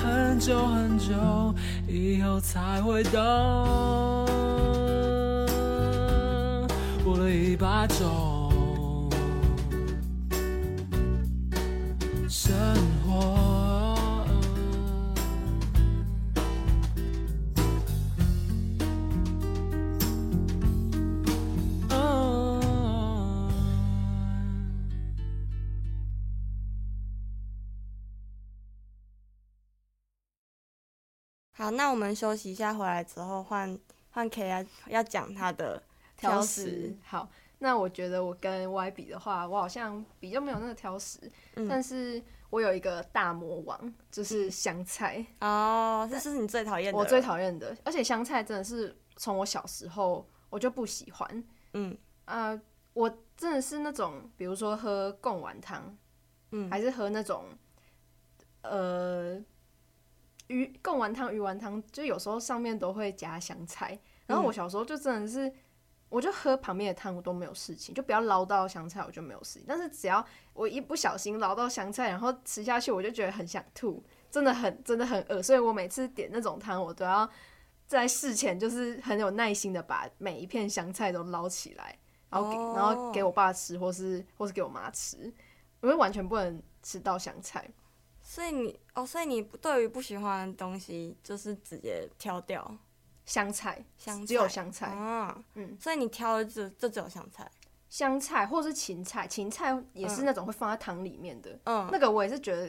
Speaker 3: 很久很久以后才会懂。我的一百种生活。
Speaker 1: 好，那我们休息一下，回来之后换换 K 要要讲他的挑食。
Speaker 2: 好，那我觉得我跟 Y 比的话，我好像比较没有那个挑食，
Speaker 1: 嗯
Speaker 2: 但是我有一个大魔王，就是香菜，
Speaker 1: 哦，这是你最讨厌的，
Speaker 2: 我最，讨厌的，而且香菜真的是从我小时候我就不喜欢，
Speaker 1: 嗯
Speaker 2: 啊、我真的是那种，比如说喝贡丸汤，
Speaker 1: 嗯，
Speaker 2: 还是喝那种呃鱼贡丸汤、鱼丸汤，就有时候上面都会加香菜。然后我小时候就真的是，我就喝旁边的汤，我都没有事情，就不要捞到香菜，我就没有事情。但是只要我一不小心捞到香菜，然后吃下去，我就觉得很想吐，真的很真的很饿。所以我每次点那种汤，我都要在事前就是很有耐心的把每一片香菜都捞起来，然后给、然后给
Speaker 1: 哦
Speaker 2: 我爸吃，或是或是给我妈吃，我就完全不能吃到香菜。
Speaker 1: 所以你哦，所以你对于不喜欢的东西就是直接挑掉
Speaker 2: 香菜，
Speaker 1: 香菜，
Speaker 2: 只有香菜，
Speaker 1: 啊，
Speaker 2: 嗯，
Speaker 1: 所以你挑的就就只有香菜，
Speaker 2: 香菜或是芹菜，芹菜也是那种会放在汤里面的，
Speaker 1: 嗯，
Speaker 2: 那个我也是觉得，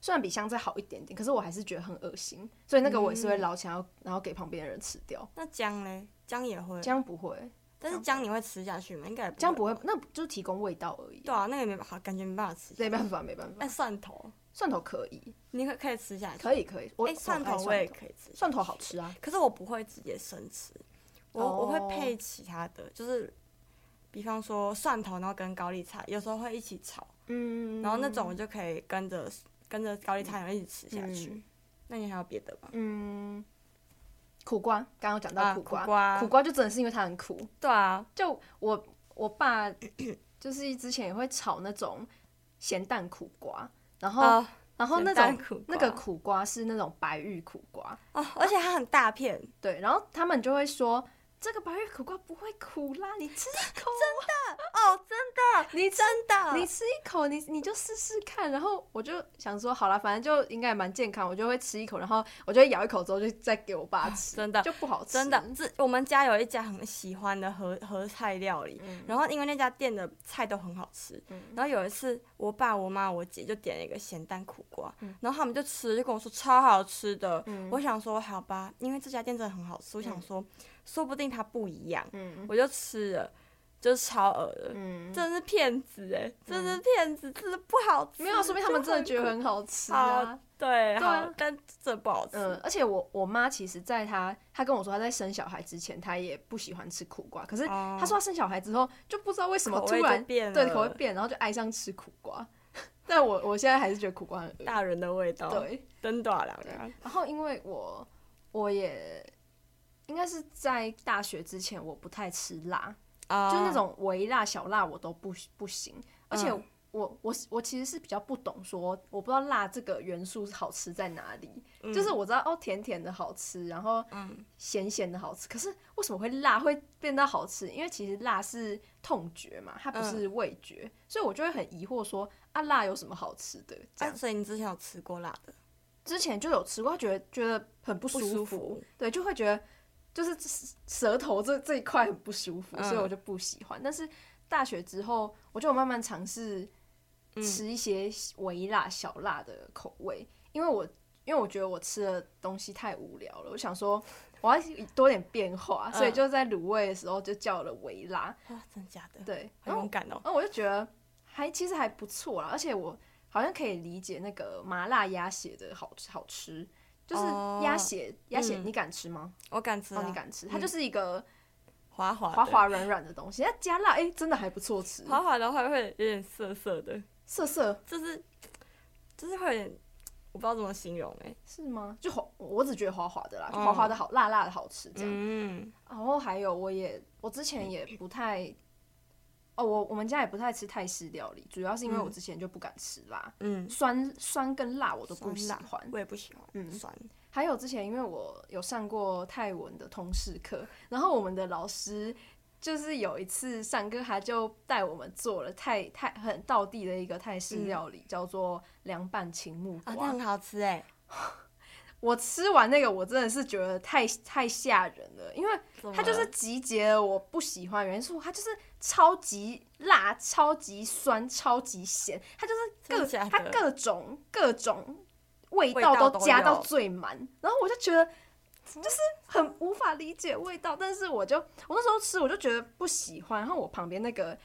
Speaker 2: 虽然比香菜好一点点，可是我还是觉得很恶心，所以那个我也是会
Speaker 1: 嗯
Speaker 2: 捞起来，然后然后给旁边的人吃掉。
Speaker 1: 那姜嘞，姜也会，
Speaker 2: 这样不会，
Speaker 1: 但是姜你会吃下去吗？应该也
Speaker 2: 这样
Speaker 1: 不
Speaker 2: 不
Speaker 1: 会
Speaker 2: 会
Speaker 1: 吧，，
Speaker 2: 那就是提供味道而已。
Speaker 1: 啊对啊，那个也没办法，感觉没办法吃下
Speaker 2: 没
Speaker 1: 去。
Speaker 2: 办法，没办法
Speaker 1: 那。蒜头，
Speaker 2: 蒜头可以，
Speaker 1: 你可可以吃下去，
Speaker 2: 可以，可以。我
Speaker 1: 哎，蒜
Speaker 2: 头
Speaker 1: 头我也
Speaker 2: 蒜头，
Speaker 1: 可以吃，
Speaker 2: 蒜头好吃啊。
Speaker 1: 可是我不会直接生吃，我、我
Speaker 2: 哦
Speaker 1: 会配其他的，就是比方说蒜头，然后跟高丽菜，有时候会一起炒，
Speaker 2: 嗯，
Speaker 1: 然后那种我就可以跟着跟着高丽菜然后一起吃下去。
Speaker 2: 嗯
Speaker 1: 那你还有别的吗？
Speaker 2: 嗯，苦瓜，刚刚有讲到
Speaker 1: 啊
Speaker 2: 苦瓜，
Speaker 1: 苦瓜
Speaker 2: 苦瓜就真的是因为它很苦，
Speaker 1: 对啊，
Speaker 2: 就我我爸就是之前也会炒那种咸蛋苦瓜，然后、
Speaker 1: 呃，
Speaker 2: 然哦后那
Speaker 1: 咸蛋
Speaker 2: 种
Speaker 1: 苦瓜
Speaker 2: 那个苦瓜是那种白玉苦瓜，
Speaker 1: 哦，而且它很大片，
Speaker 2: 对，然后他们就会说。这个白玉苦瓜不会苦啦，你吃一口，
Speaker 1: 哦，真的，你真的，
Speaker 2: 你吃一口，你你就试试看。然后我就想说，好啦，反正就应该也蛮健康，我就会吃一口，然后我就会咬一口之后就再给我爸 吃，
Speaker 1: 真的
Speaker 2: 就不好吃，
Speaker 1: 真的，这我们家有一家很喜欢的和和菜料理，
Speaker 2: 嗯
Speaker 1: 然后因为那家店的菜都很好吃，
Speaker 2: 嗯
Speaker 1: 然后有一次我爸、我妈、我姐就点了一个咸蛋苦瓜，
Speaker 2: 嗯
Speaker 1: 然后他们就吃，就跟我说超好吃的。
Speaker 2: 嗯
Speaker 1: 我想说好吧，因为这家店真的很好吃，我想说、说不定它不一样，
Speaker 2: 嗯
Speaker 1: 我就吃了，就是超恶的。
Speaker 2: 嗯，
Speaker 1: 真的是骗子哎、真的是骗子，真的不好吃。
Speaker 2: 没有，说明他们真的觉得
Speaker 1: 就
Speaker 2: 很好吃
Speaker 1: 好
Speaker 2: 啊。
Speaker 1: 对，
Speaker 2: 对啊
Speaker 1: 好，但真的不好吃。
Speaker 2: 嗯，而且我我妈其实在她她跟我说她在生小孩之前，她也不喜欢吃苦瓜，可是
Speaker 1: 哦
Speaker 2: 她说她生小孩之后就不知道为什么
Speaker 1: 口
Speaker 2: 突
Speaker 1: 味就
Speaker 2: 然
Speaker 1: 变
Speaker 2: 对
Speaker 1: 了
Speaker 2: 口味变，然后就爱上吃苦瓜。 但我我现在还是觉得苦瓜很恶
Speaker 1: 大人的味道，，
Speaker 2: 对，
Speaker 1: 真的啦，啦
Speaker 2: 然后因为我我也应该是在大学之前，我不太吃辣，
Speaker 1: 啊
Speaker 2: 就那种微辣、小辣我都不不行，而且
Speaker 1: 嗯
Speaker 2: 我我我其实是比较不懂说，我不知道辣这个元素好吃在哪里，就是我知道哦甜甜的好吃，然后咸咸的好吃，可是为什么会辣会变到好吃？因为其实辣是痛觉嘛，它不是味觉，所以我就会很疑惑说啊辣有什么好吃的？这
Speaker 1: 哎、
Speaker 2: 样、
Speaker 1: 所以你之前有吃过辣的？
Speaker 2: 之前就有吃过，觉得觉得很不舒
Speaker 1: 不舒服
Speaker 2: 对，就会觉得就是舌头这这一块很不舒服，
Speaker 1: 嗯
Speaker 2: 所以我就不喜欢。但是大学之后，我就有慢慢尝试
Speaker 1: 嗯
Speaker 2: 吃一些微辣、小辣的口味，因为我因为我觉得我吃的东西太无聊了，我想说我要多点变化，
Speaker 1: 嗯
Speaker 2: 所以就在卤味的时候就叫了微辣。
Speaker 1: 哇，真的假的？
Speaker 2: 对，
Speaker 1: 很
Speaker 2: 然后
Speaker 1: 勇敢哦。
Speaker 2: 然后我就觉得还其实还不错啦，而且我好像可以理解那个麻辣鸭血的好吃好吃，就是
Speaker 1: 哦
Speaker 2: 鸭血、鸭血
Speaker 1: 嗯
Speaker 2: 你敢吃吗？
Speaker 1: 我敢吃、啊啊
Speaker 2: 哦，你敢吃？它就是一个
Speaker 1: 滑滑的
Speaker 2: 滑滑软软的东西，它加辣哎、真的还不错吃，
Speaker 1: 滑滑的话会有点涩涩的，
Speaker 2: 涩涩
Speaker 1: 就是就是会有点，我不知道怎么形容哎、
Speaker 2: 是吗？就滑，我只觉得滑滑的啦，就
Speaker 1: 哦
Speaker 2: 滑滑的好，辣辣的好吃这样。
Speaker 1: 嗯，
Speaker 2: 然后还有，我也我之前也不太。哦，我我们家也不太吃泰式料理，主要是因为我
Speaker 1: 嗯
Speaker 2: 之前就不敢吃辣，
Speaker 1: 嗯，
Speaker 2: 酸酸跟辣我都不喜
Speaker 1: 酸辣
Speaker 2: 欢。
Speaker 1: 我也不喜欢，
Speaker 2: 嗯
Speaker 1: 酸，
Speaker 2: 还有之前，因为我有上过泰文的通识课，然后我们的老师就是有一次上课，他就带我们做了泰泰很道地的一个泰式料理，叫做凉拌青木
Speaker 1: 啊，
Speaker 2: 瓜。
Speaker 1: 那很好吃哎、
Speaker 2: 我吃完那个，我真的是觉得太太吓人了，因为
Speaker 1: 怎么
Speaker 2: 它就是
Speaker 1: 了
Speaker 2: 集结了我不喜欢的元素，它就是超级辣、超级酸、超级咸，它就是
Speaker 1: 真的
Speaker 2: 各
Speaker 1: 假的
Speaker 2: 它各种各种味
Speaker 1: 味
Speaker 2: 道
Speaker 1: 道
Speaker 2: 都
Speaker 1: 都
Speaker 2: 加到
Speaker 1: 有
Speaker 2: 最满，然后我就觉得就是很无法理解味道，但是我就我那时候吃我就觉得不喜欢，然后我旁边那个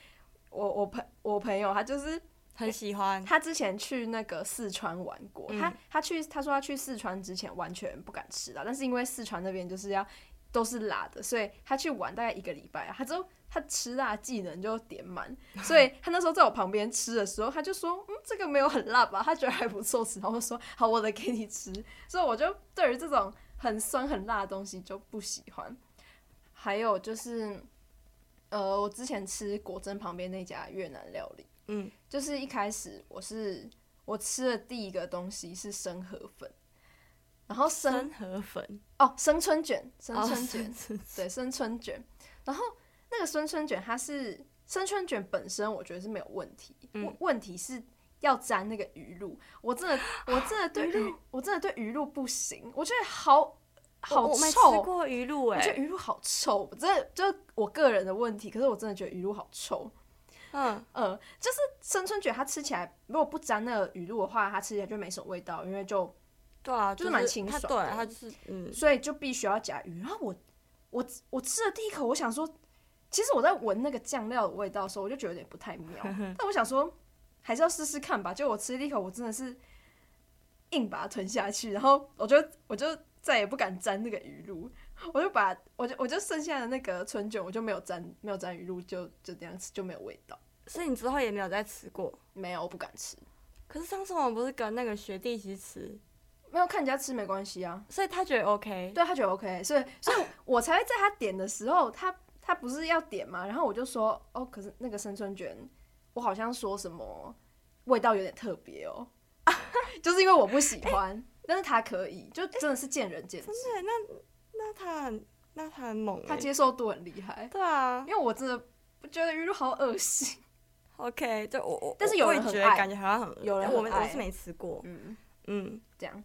Speaker 2: 我我朋我朋友他就是
Speaker 1: 很喜欢。
Speaker 2: 他之前去那个四川玩过，
Speaker 1: 嗯
Speaker 2: 他他去他说他去四川之前完全不敢吃辣，但是因为四川那边就是要都是辣的，所以他去玩大概一个礼拜，他之后他吃辣技能就点满，所以他那时候在我旁边吃的时候，他就说嗯这个没有很辣吧，他觉得还不错吃，然后我说好我的给你吃，所以我就对于这种很酸很辣的东西就不喜欢。还有就是，呃，我之前吃果珍旁边那家越南料理。
Speaker 1: 嗯，
Speaker 2: 就是一开始我是我吃的第一个东西是生河粉，然后生
Speaker 1: 生河粉，
Speaker 2: 哦生春卷，生
Speaker 1: 哦
Speaker 2: 春卷，
Speaker 1: 生春
Speaker 2: 对生春卷，然后那个生春卷它是生春卷本身我觉得是没有问题，
Speaker 1: 嗯
Speaker 2: 问问题是。要沾那个鱼露，我真的， 我真的对
Speaker 1: 鱼露
Speaker 2: 鱼，我真的对鱼露不行，我觉得好好
Speaker 1: 我我没吃
Speaker 2: 臭，
Speaker 1: 过鱼露
Speaker 2: 我
Speaker 1: 哎、
Speaker 2: 觉得鱼露欸好臭，我真的就是我个人的问题，可是我真的觉得鱼露好臭，
Speaker 1: 嗯，
Speaker 2: 呃，就是生春卷，它吃起来如果不沾那个鱼露的话，它吃起来就没什么味道，因为就
Speaker 1: 对啊，
Speaker 2: 就是
Speaker 1: 是
Speaker 2: 蛮清爽
Speaker 1: 它对
Speaker 2: 的
Speaker 1: 啊，它就是嗯，
Speaker 2: 所以就必须要加鱼。然后我我我吃了第一口，我想说，其实我在闻那个酱料的味道的时候，我就觉得有点不太妙，但我想说还是要试试看吧。就我吃了第一口，我真的是硬把它吞下去，然后我就我就再也不敢沾那个鱼露，我就把我就我就剩下的那个春卷，我就没有沾没有沾鱼露，就就这样吃就没有味道，
Speaker 1: 所以你之后也没有再吃过。
Speaker 2: 没有我不敢吃。
Speaker 1: 可是上次我们不是跟那个学弟一起吃，
Speaker 2: 没有看人家吃没关系啊，
Speaker 1: 所以他觉得 OK。
Speaker 2: 对他觉得 OK，所以所以我才会在他点的时候，他他不是要点嘛，然后我就说哦，可是那个生春卷，我好像说什么味道有点特别哦， 就是因为我不喜欢，但是他可以，就真的是见仁见智，
Speaker 1: 哎真的，那那他很那他很猛、欸，
Speaker 2: 他接受度很厉害，
Speaker 1: 对啊
Speaker 2: 因为我真的不觉得鱼露好恶心，
Speaker 1: ，OK，就我我，
Speaker 2: 但是有
Speaker 1: 我
Speaker 2: 人
Speaker 1: 也
Speaker 2: 很
Speaker 1: 觉得
Speaker 2: 爱
Speaker 1: 感觉好像很，
Speaker 2: 有人
Speaker 1: 我
Speaker 2: 很
Speaker 1: 们
Speaker 2: 爱
Speaker 1: 我是没吃过，
Speaker 2: 嗯，
Speaker 1: 嗯，
Speaker 2: 这样，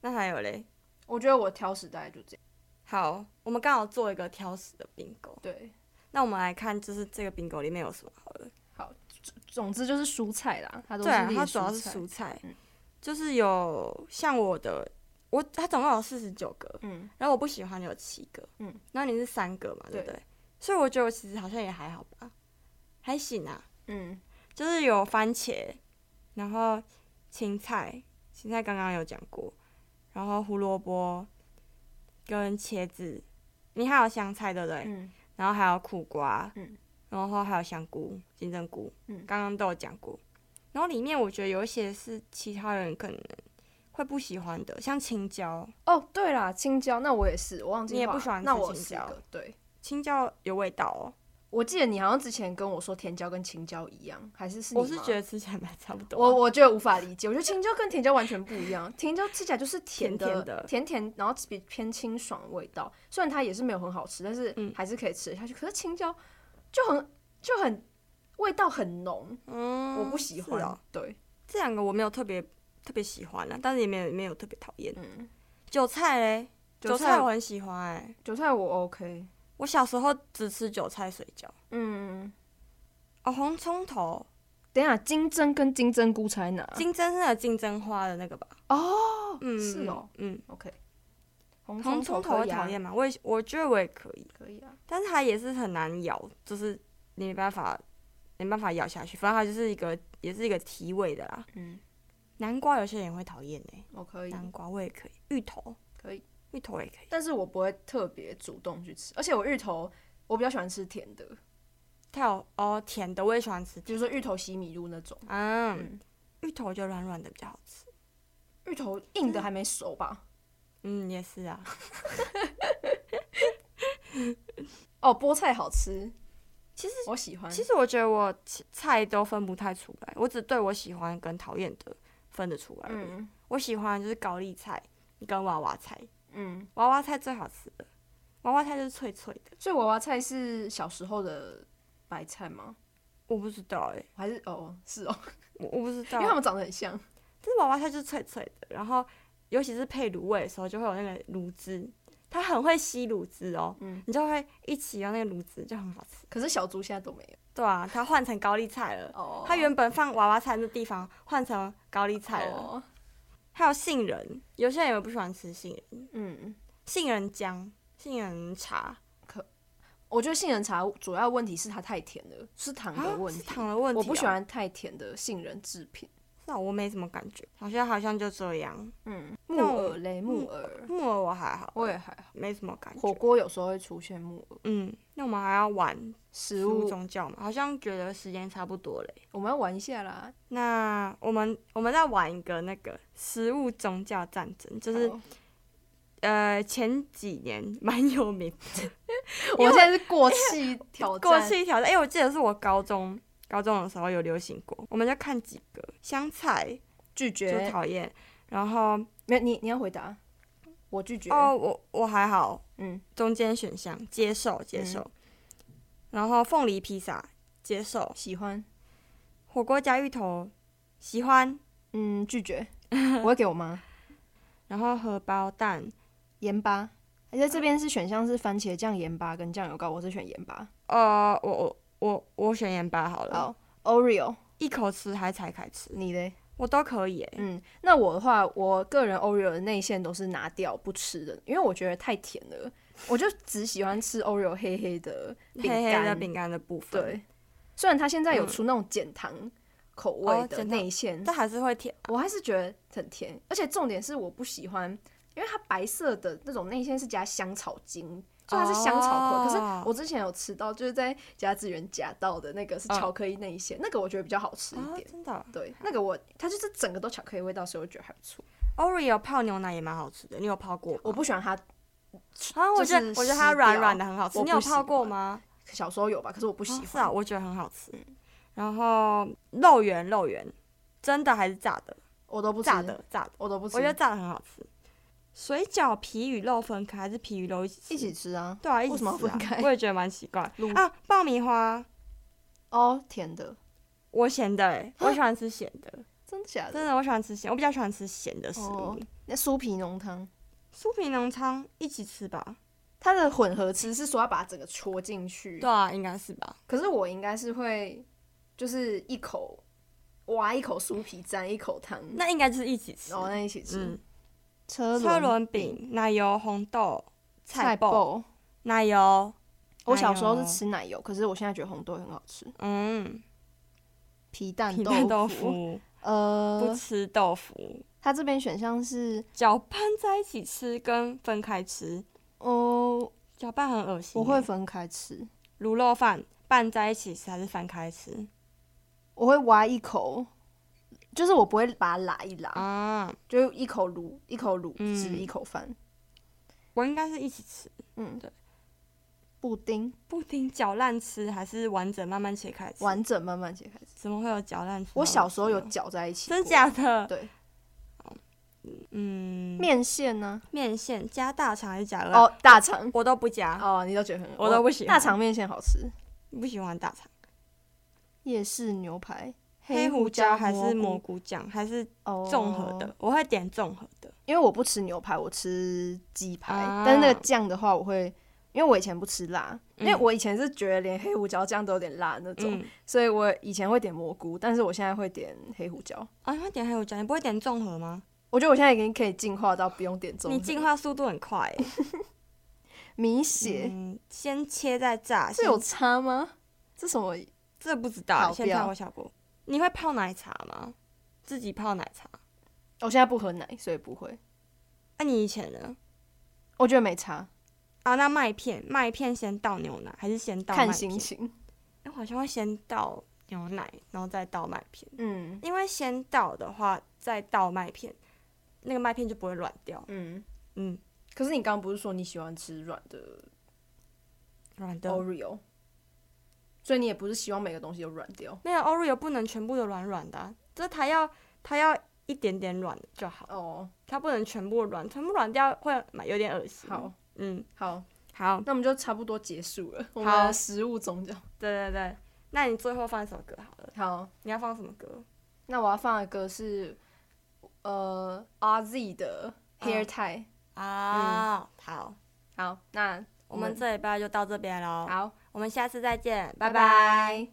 Speaker 1: 那还有嘞，
Speaker 2: 我觉得我挑食大概就这样，
Speaker 1: 好，我们刚好做一个挑食的 bingo，
Speaker 2: 对，
Speaker 1: 那我们来看就是这个 bingo 里面有什么好了，
Speaker 2: 总之就是蔬菜啦，它都
Speaker 1: 对
Speaker 2: 是
Speaker 1: 啊，
Speaker 2: 列
Speaker 1: 它主要
Speaker 2: 蔬
Speaker 1: 是
Speaker 2: 菜，
Speaker 1: 蔬菜，
Speaker 2: 嗯
Speaker 1: 就是有像我的，我它总共有四十九个，
Speaker 2: 嗯，
Speaker 1: 然后我不喜欢有七个，
Speaker 2: 嗯
Speaker 1: 嗯，然后你是三个嘛，对不
Speaker 2: 对
Speaker 1: 对？所以我觉得我其实好像也还好吧，还行啊，
Speaker 2: 嗯，
Speaker 1: 就是有番茄，然后青菜，青菜刚刚有讲过，然后胡萝卜跟茄子，你还有香菜对不对？
Speaker 2: 嗯，
Speaker 1: 然后还有苦瓜，
Speaker 2: 嗯
Speaker 1: 然后还有香菇、金针菇，
Speaker 2: 嗯
Speaker 1: 刚刚都有讲过。然后里面我觉得有一些是其他人可能会不喜欢的，像青椒，
Speaker 2: 哦，对啦，青椒，那我也是，我忘记
Speaker 1: 你也
Speaker 2: 画
Speaker 1: 不
Speaker 2: 了
Speaker 1: 喜欢
Speaker 2: 那
Speaker 1: 吃
Speaker 2: 我
Speaker 1: 青
Speaker 2: 四
Speaker 1: 椒
Speaker 2: 个，对。
Speaker 1: 青椒有味道哦。
Speaker 2: 我记得你好像之前跟我说甜椒跟青椒一样，还是是你
Speaker 1: 我是
Speaker 2: 吗
Speaker 1: 觉得吃起来蛮差不多啊、
Speaker 2: 我我觉得无法理解，我觉得青椒跟甜椒完全不一样，甜椒吃起来就是甜的，
Speaker 1: 甜甜的
Speaker 2: 甜甜然后比偏清爽的味道，虽然它也是没有很好吃，但是
Speaker 1: 嗯
Speaker 2: 还是可以吃得下去。可是青椒就很就很味道很浓，
Speaker 1: 嗯
Speaker 2: 我不喜欢。
Speaker 1: 是哦
Speaker 2: 对，
Speaker 1: 这两个我没有特别特别喜欢啊，但是也没有没有特别讨厌。
Speaker 2: 嗯，
Speaker 1: 韭菜嘞，
Speaker 2: 韭
Speaker 1: 韭
Speaker 2: 菜
Speaker 1: 菜我很喜欢哎、
Speaker 2: 韭菜我 OK，
Speaker 1: 我小时候只吃韭菜水饺
Speaker 2: 嗯，
Speaker 1: 哦，红葱头、
Speaker 2: 等一下金针跟金针菇才哪？啊
Speaker 1: 金针是那个金针花的那个吧？
Speaker 2: 哦，
Speaker 1: 嗯，
Speaker 2: 是哦，
Speaker 1: 嗯，
Speaker 2: OK，红
Speaker 1: 红
Speaker 2: 葱
Speaker 1: 葱
Speaker 2: 头
Speaker 1: 头
Speaker 2: 可
Speaker 1: 会
Speaker 2: 以啊
Speaker 1: 讨厌吗？我也我觉得我也可以，
Speaker 2: 可以啊，
Speaker 1: 但是它也是很难咬，就是你没办法没办法咬下去，反正它就是一个也是一个提味的啦。
Speaker 2: 嗯，
Speaker 1: 南瓜有些人也会讨厌哎，
Speaker 2: 我可以，
Speaker 1: 南瓜我也可以，芋头
Speaker 2: 可以。
Speaker 1: 芋头也可以，
Speaker 2: 但是我不会特别主动去吃，而且我芋头我比较喜欢吃甜的，
Speaker 1: 它有哦甜的我也喜欢吃
Speaker 2: 比如说芋头西米露那种，嗯
Speaker 1: 嗯，芋头就软软的比较好吃。
Speaker 2: 芋头硬的还没熟吧？
Speaker 1: 嗯，也是啊。
Speaker 2: 哦，菠菜好吃，
Speaker 1: 其实，
Speaker 2: 我喜欢。
Speaker 1: 其实我觉得我其菜都分不太出来，我只对我喜欢跟讨厌的分得出来而已。
Speaker 2: 嗯
Speaker 1: 我喜欢就是高丽菜跟娃娃菜，
Speaker 2: 嗯，
Speaker 1: 娃娃菜最好吃的，娃娃菜就是脆脆的。
Speaker 2: 所以娃娃菜是小时候的白菜吗？
Speaker 1: 我不知道哎、
Speaker 2: 还是哦是哦，
Speaker 1: 我我不知道
Speaker 2: 因为，它们长得很像。
Speaker 1: 但是娃娃菜就是脆脆的，然后尤其是配卤味的时候，就会有那个卤汁，它很会吸卤汁哦，
Speaker 2: 嗯
Speaker 1: 你就会一起用那个卤汁，就很好吃。
Speaker 2: 可是小猪现在都没有
Speaker 1: 对啊，它换成高丽菜了。
Speaker 2: 哦
Speaker 1: 它原本放娃娃菜的地方换成高丽菜了，
Speaker 2: 哦
Speaker 1: 还有杏仁，有些人也不喜欢吃杏仁，
Speaker 2: 嗯，
Speaker 1: 杏仁浆、杏仁茶
Speaker 2: 我觉得杏仁茶主要问题是它太甜了，是糖的问
Speaker 1: 啊是
Speaker 2: 题。
Speaker 1: 糖的问题、啊哦
Speaker 2: 我不喜，欢太甜的杏仁制品。
Speaker 1: 那我没什么感觉，好像好像就这样。
Speaker 2: 嗯，木
Speaker 1: 那我
Speaker 2: 耳嘞，木耳
Speaker 1: 木耳我还好，
Speaker 2: 我也还好。
Speaker 1: 没什么感
Speaker 2: 火
Speaker 1: 觉。
Speaker 2: 锅有时候会出现木耳。
Speaker 1: 嗯，那我们还要玩
Speaker 2: 食
Speaker 1: 食物
Speaker 2: 物，
Speaker 1: 宗教嘛？好像觉得时间差不多嘞。
Speaker 2: 我们要玩一下啦。
Speaker 1: 那我们我们再玩一个那个食物宗教战争，就是
Speaker 2: 好
Speaker 1: 呃前几年 蛮有名
Speaker 2: 我现在是 过气挑战，
Speaker 1: 过去挑战，哎因为我记得是我高中高中的时候有流行过，我们就看几个香菜
Speaker 2: 拒
Speaker 1: 就
Speaker 2: 绝。
Speaker 1: 讨厌，然后
Speaker 2: 没有你，你要回答。我拒绝。
Speaker 1: 哦我我还好，
Speaker 2: 嗯，
Speaker 1: 中间选项接受接受，然后凤梨披萨接受，
Speaker 2: 喜欢。
Speaker 1: 火锅加芋头喜欢，
Speaker 2: 嗯，拒绝。我会给我妈
Speaker 1: 然后荷包蛋
Speaker 2: 盐巴。而且这边是选项是番茄酱、盐巴跟酱油膏，我是选盐巴。
Speaker 1: 呃我我我我选盐巴好了，
Speaker 2: 好，Oreo，
Speaker 1: 嗯一口吃还拆开吃，
Speaker 2: 你嘞？
Speaker 1: 我都可以、欸，
Speaker 2: 嗯，那我的话，我个人 Oreo 的内馅都是拿掉不吃的，因为我觉得太甜了，我就只喜欢吃 Oreo 黑黑的饼
Speaker 1: 欸黑黑的
Speaker 2: 干。
Speaker 1: 饼干的部分，，
Speaker 2: 对，虽然它现在有
Speaker 1: 嗯
Speaker 2: 出那种减糖口
Speaker 1: 哦
Speaker 2: 味的
Speaker 1: 减糖
Speaker 2: 内馅，
Speaker 1: 但还是会甜，
Speaker 2: 我还是觉得很甜，而且重点是我不喜欢，因为它白色的那种内馅是加香草精，就它是香草口味。
Speaker 1: 哦
Speaker 2: 可是我之前有吃到，就是在家之源夹到的那个是
Speaker 1: 嗯
Speaker 2: 巧克力内馅，那个我觉得比较好吃一
Speaker 1: 啊
Speaker 2: 点。
Speaker 1: 真的哦
Speaker 2: 对，那个我它就是整个都巧克力味道，所以我觉得还不错。
Speaker 1: Oreo 泡牛奶也蛮好吃的，你有泡过吗？
Speaker 2: 我不喜欢它，
Speaker 1: 啊，我觉得
Speaker 2: 就是
Speaker 1: 我觉得它
Speaker 2: 湿
Speaker 1: 软
Speaker 2: 掉
Speaker 1: 软的很好吃，
Speaker 2: 我
Speaker 1: 你
Speaker 2: 不
Speaker 1: 有
Speaker 2: 喜
Speaker 1: 泡过
Speaker 2: 欢
Speaker 1: 吗？
Speaker 2: 小时候有吧，可是我不
Speaker 1: 不
Speaker 2: 喜
Speaker 1: 是
Speaker 2: 欢。嗯
Speaker 1: 啊，我觉得很好吃。然后肉圆肉圆，真的还是炸的？
Speaker 2: 我都不吃
Speaker 1: 炸，的炸的，
Speaker 2: 我都不吃。
Speaker 1: 我觉得炸的很好吃。水饺皮与肉分开还是皮与肉一起吃？
Speaker 2: 一起吃啊。
Speaker 1: 对啊，一起
Speaker 2: 为什么要
Speaker 1: 吃啊
Speaker 2: 分开
Speaker 1: 我也觉得蛮奇怪
Speaker 2: 卤
Speaker 1: 啊。爆米花，
Speaker 2: 哦，甜的，
Speaker 1: 我咸的欸，
Speaker 2: 啊
Speaker 1: 我喜欢吃咸的，
Speaker 2: 真的假
Speaker 1: 真
Speaker 2: 的？
Speaker 1: 的我喜欢吃咸，我比较喜欢吃咸的食
Speaker 2: 呃哦
Speaker 1: 物。
Speaker 2: 那酥皮浓汤，
Speaker 1: 酥皮浓汤一起吃吧？
Speaker 2: 它的混合吃是说要把它整个戳进去。
Speaker 1: 对啊，应该是吧。
Speaker 2: 可是我应该是会，就是一口挖一口酥皮，沾一口汤，
Speaker 1: 那应该就是一起吃
Speaker 2: 然。后那一起吃、
Speaker 1: 嗯，
Speaker 2: 车
Speaker 1: 车轮、饼、奶油、红豆、
Speaker 2: 菜
Speaker 1: 菜哎包、奶油。
Speaker 2: 我小时候
Speaker 1: 奶
Speaker 2: 是
Speaker 1: 油，
Speaker 2: 吃奶油，可是我现在觉得红豆也很好吃。
Speaker 1: 嗯，
Speaker 2: 皮蛋
Speaker 1: 皮
Speaker 2: 豆
Speaker 1: 蛋豆
Speaker 2: 腐，
Speaker 1: 腐，不
Speaker 2: 呃，
Speaker 1: 吃豆腐，
Speaker 2: 它这边选项是，
Speaker 1: 搅拌在一起吃跟分开吃，
Speaker 2: 哦，
Speaker 1: 搅拌很恶心欸。
Speaker 2: 我会分开吃，
Speaker 1: 卤肉饭拌在一起吃还是分开吃
Speaker 2: 我会挖一口，就是我不会把它拉一拉，
Speaker 1: 啊？
Speaker 2: 就一口卤一口卤汁、
Speaker 1: 嗯
Speaker 2: 一口饭，
Speaker 1: 我应该是一起吃。
Speaker 2: 嗯，
Speaker 1: 对，
Speaker 2: 布丁
Speaker 1: 布丁搅烂吃还是完整慢慢切开吃？
Speaker 2: 完整慢慢切开吃。
Speaker 1: 怎么会有搅烂吃？
Speaker 2: 我小时候有
Speaker 1: 好恶心
Speaker 2: 搅在一起
Speaker 1: 哦，
Speaker 2: 过，
Speaker 1: 真假的？
Speaker 2: 对，
Speaker 1: 嗯，
Speaker 2: 面线呢？
Speaker 1: 面线加大肠还是加鹅？
Speaker 2: 哦，大肠
Speaker 1: 我都不加，
Speaker 2: 哦，你都觉得很，
Speaker 1: 啊我都不喜欢
Speaker 2: 大肠面线好吃，
Speaker 1: 不喜欢大肠。
Speaker 2: 夜市牛排、
Speaker 1: 黑胡
Speaker 2: 胡
Speaker 1: 椒
Speaker 2: 椒
Speaker 1: 还是蘑
Speaker 2: 蘑
Speaker 1: 菇酱，还是
Speaker 2: 哦
Speaker 1: 综合的？，我会点综合的。
Speaker 2: 因为我不吃牛排，我吃鸡排，
Speaker 1: 啊
Speaker 2: 但是那个酱的话，我会。因为我以前不吃辣，
Speaker 1: 嗯
Speaker 2: 因为我以前是觉得连黑胡椒酱都有点辣那种，
Speaker 1: 嗯，
Speaker 2: 所以我以前会点蘑菇，但是我现在会点黑胡椒。
Speaker 1: 啊，你会点黑胡椒，你不会点综合吗？
Speaker 2: 我觉得我现在已经可以进化到不用点这种
Speaker 1: 你进化速度很快、欸。
Speaker 2: 米血、
Speaker 1: 嗯，先切再炸，
Speaker 2: 这
Speaker 1: 先
Speaker 2: 有差吗？这什么？
Speaker 1: 这不知道、欸
Speaker 2: 好
Speaker 1: 先
Speaker 2: 不要
Speaker 1: 看我效果。你会泡奶茶吗？自己泡奶茶？
Speaker 2: 我现在不喝奶，所以不会。
Speaker 1: 那、你以前呢？
Speaker 2: 我觉得没差，
Speaker 1: 啊，那麦片，麦片先倒牛奶还是先倒麦
Speaker 2: 看心
Speaker 1: 片？
Speaker 2: 情。
Speaker 1: 我好像会先倒牛奶，然后再倒麦片，
Speaker 2: 嗯
Speaker 1: 因为先倒的话再倒麦片，那个麦片就不会软掉。
Speaker 2: 嗯，
Speaker 1: 嗯，
Speaker 2: 可是你刚刚不是说你喜欢吃软的
Speaker 1: 软的
Speaker 2: Oreo，所以你也不是希望每个东西都软掉
Speaker 1: 没有 Oreo 不能全部都软软的啊、这它要它要一点点软就好，
Speaker 2: 哦。
Speaker 1: 它不能全部软，全部软掉会蛮有点恶心。
Speaker 2: 好，
Speaker 1: 嗯，
Speaker 2: 好，
Speaker 1: 好，
Speaker 2: 那我们就差不多结束了。我们
Speaker 1: 好
Speaker 2: 的食物总奖。
Speaker 1: 对对对，那你最后放一首歌好了，
Speaker 2: 好，
Speaker 1: 你要放什么歌？
Speaker 2: 那我要放的歌是呃 RZ 的 Hair Tie。
Speaker 1: 啊、好，
Speaker 2: 好，那
Speaker 1: 我们这礼拜就到这边喽，
Speaker 2: 好，
Speaker 1: 我们下次再见，拜
Speaker 2: 拜
Speaker 1: 拜。
Speaker 2: 拜。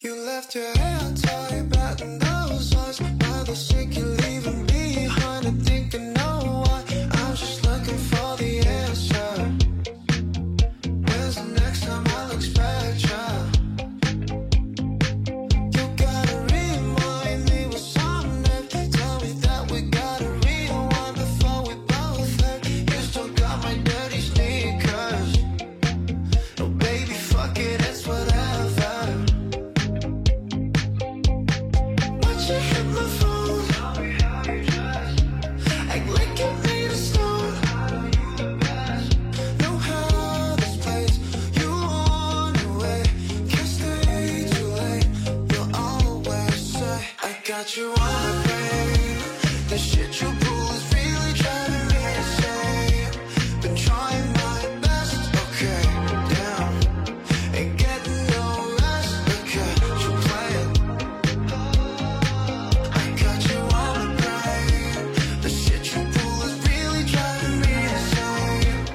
Speaker 4: You left your hair untied, batting those eyes. By the sink, you're leaving behind. I think I know why. I'm just looking for the answer. When's the next time I'll expect you? You gotta remind me with something. Tell me that we gotta rewind before we both hurt. You still got my dirty sneakers. No, baby, fuck it, it's whatever. Why'd you hit my phone? Act like you made a stone. Know how this plays. You on your way. Can't stay too late. You'll always say, I got you on the brain. The shit you pull is really driving me insane. Been trying my best, okay, damn. Ain't getting no rest, okay, you playing. I got you on the brain. The shit you pull is really driving me insane.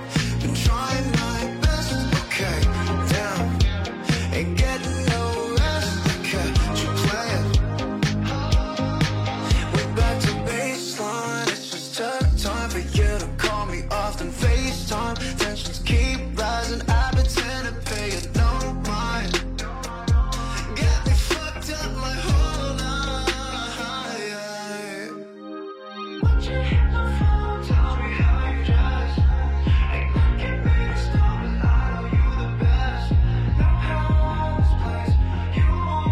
Speaker 4: Been trying my best, okay, damn. Ain't getting no rest, okay, you playing. We're back to baseline. It's just tough time for you to call me often. FaceTime tensions keep rising. I've been trying to pay it no mind. Got me fucked up my whole night. Won't you hit the phone? Tell me how you dress. Ain't looking at the stars, I know you the best. Know how this plays. You on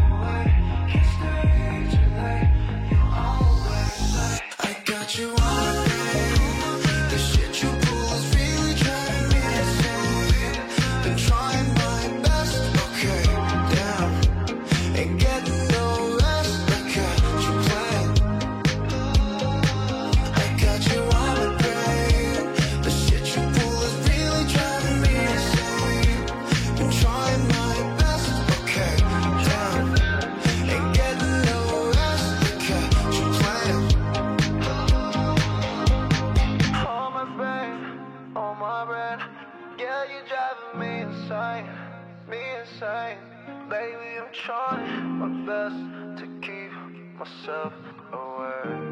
Speaker 4: your way, can't stay too late. You always say I got you on the brain. The shit you pull is really driving me insane. Been trying my best, okay, damn. Ain't getting no rest, like you playing. I got you on the brain. The shit you pull is really driving me insane. Been trying my best, okay, damn. Ain't getting no rest, like you playing. Oh my brain, oh my brain. Yeah, you driving me insane, me insane. Baby, I'm trying my best to keep myself away.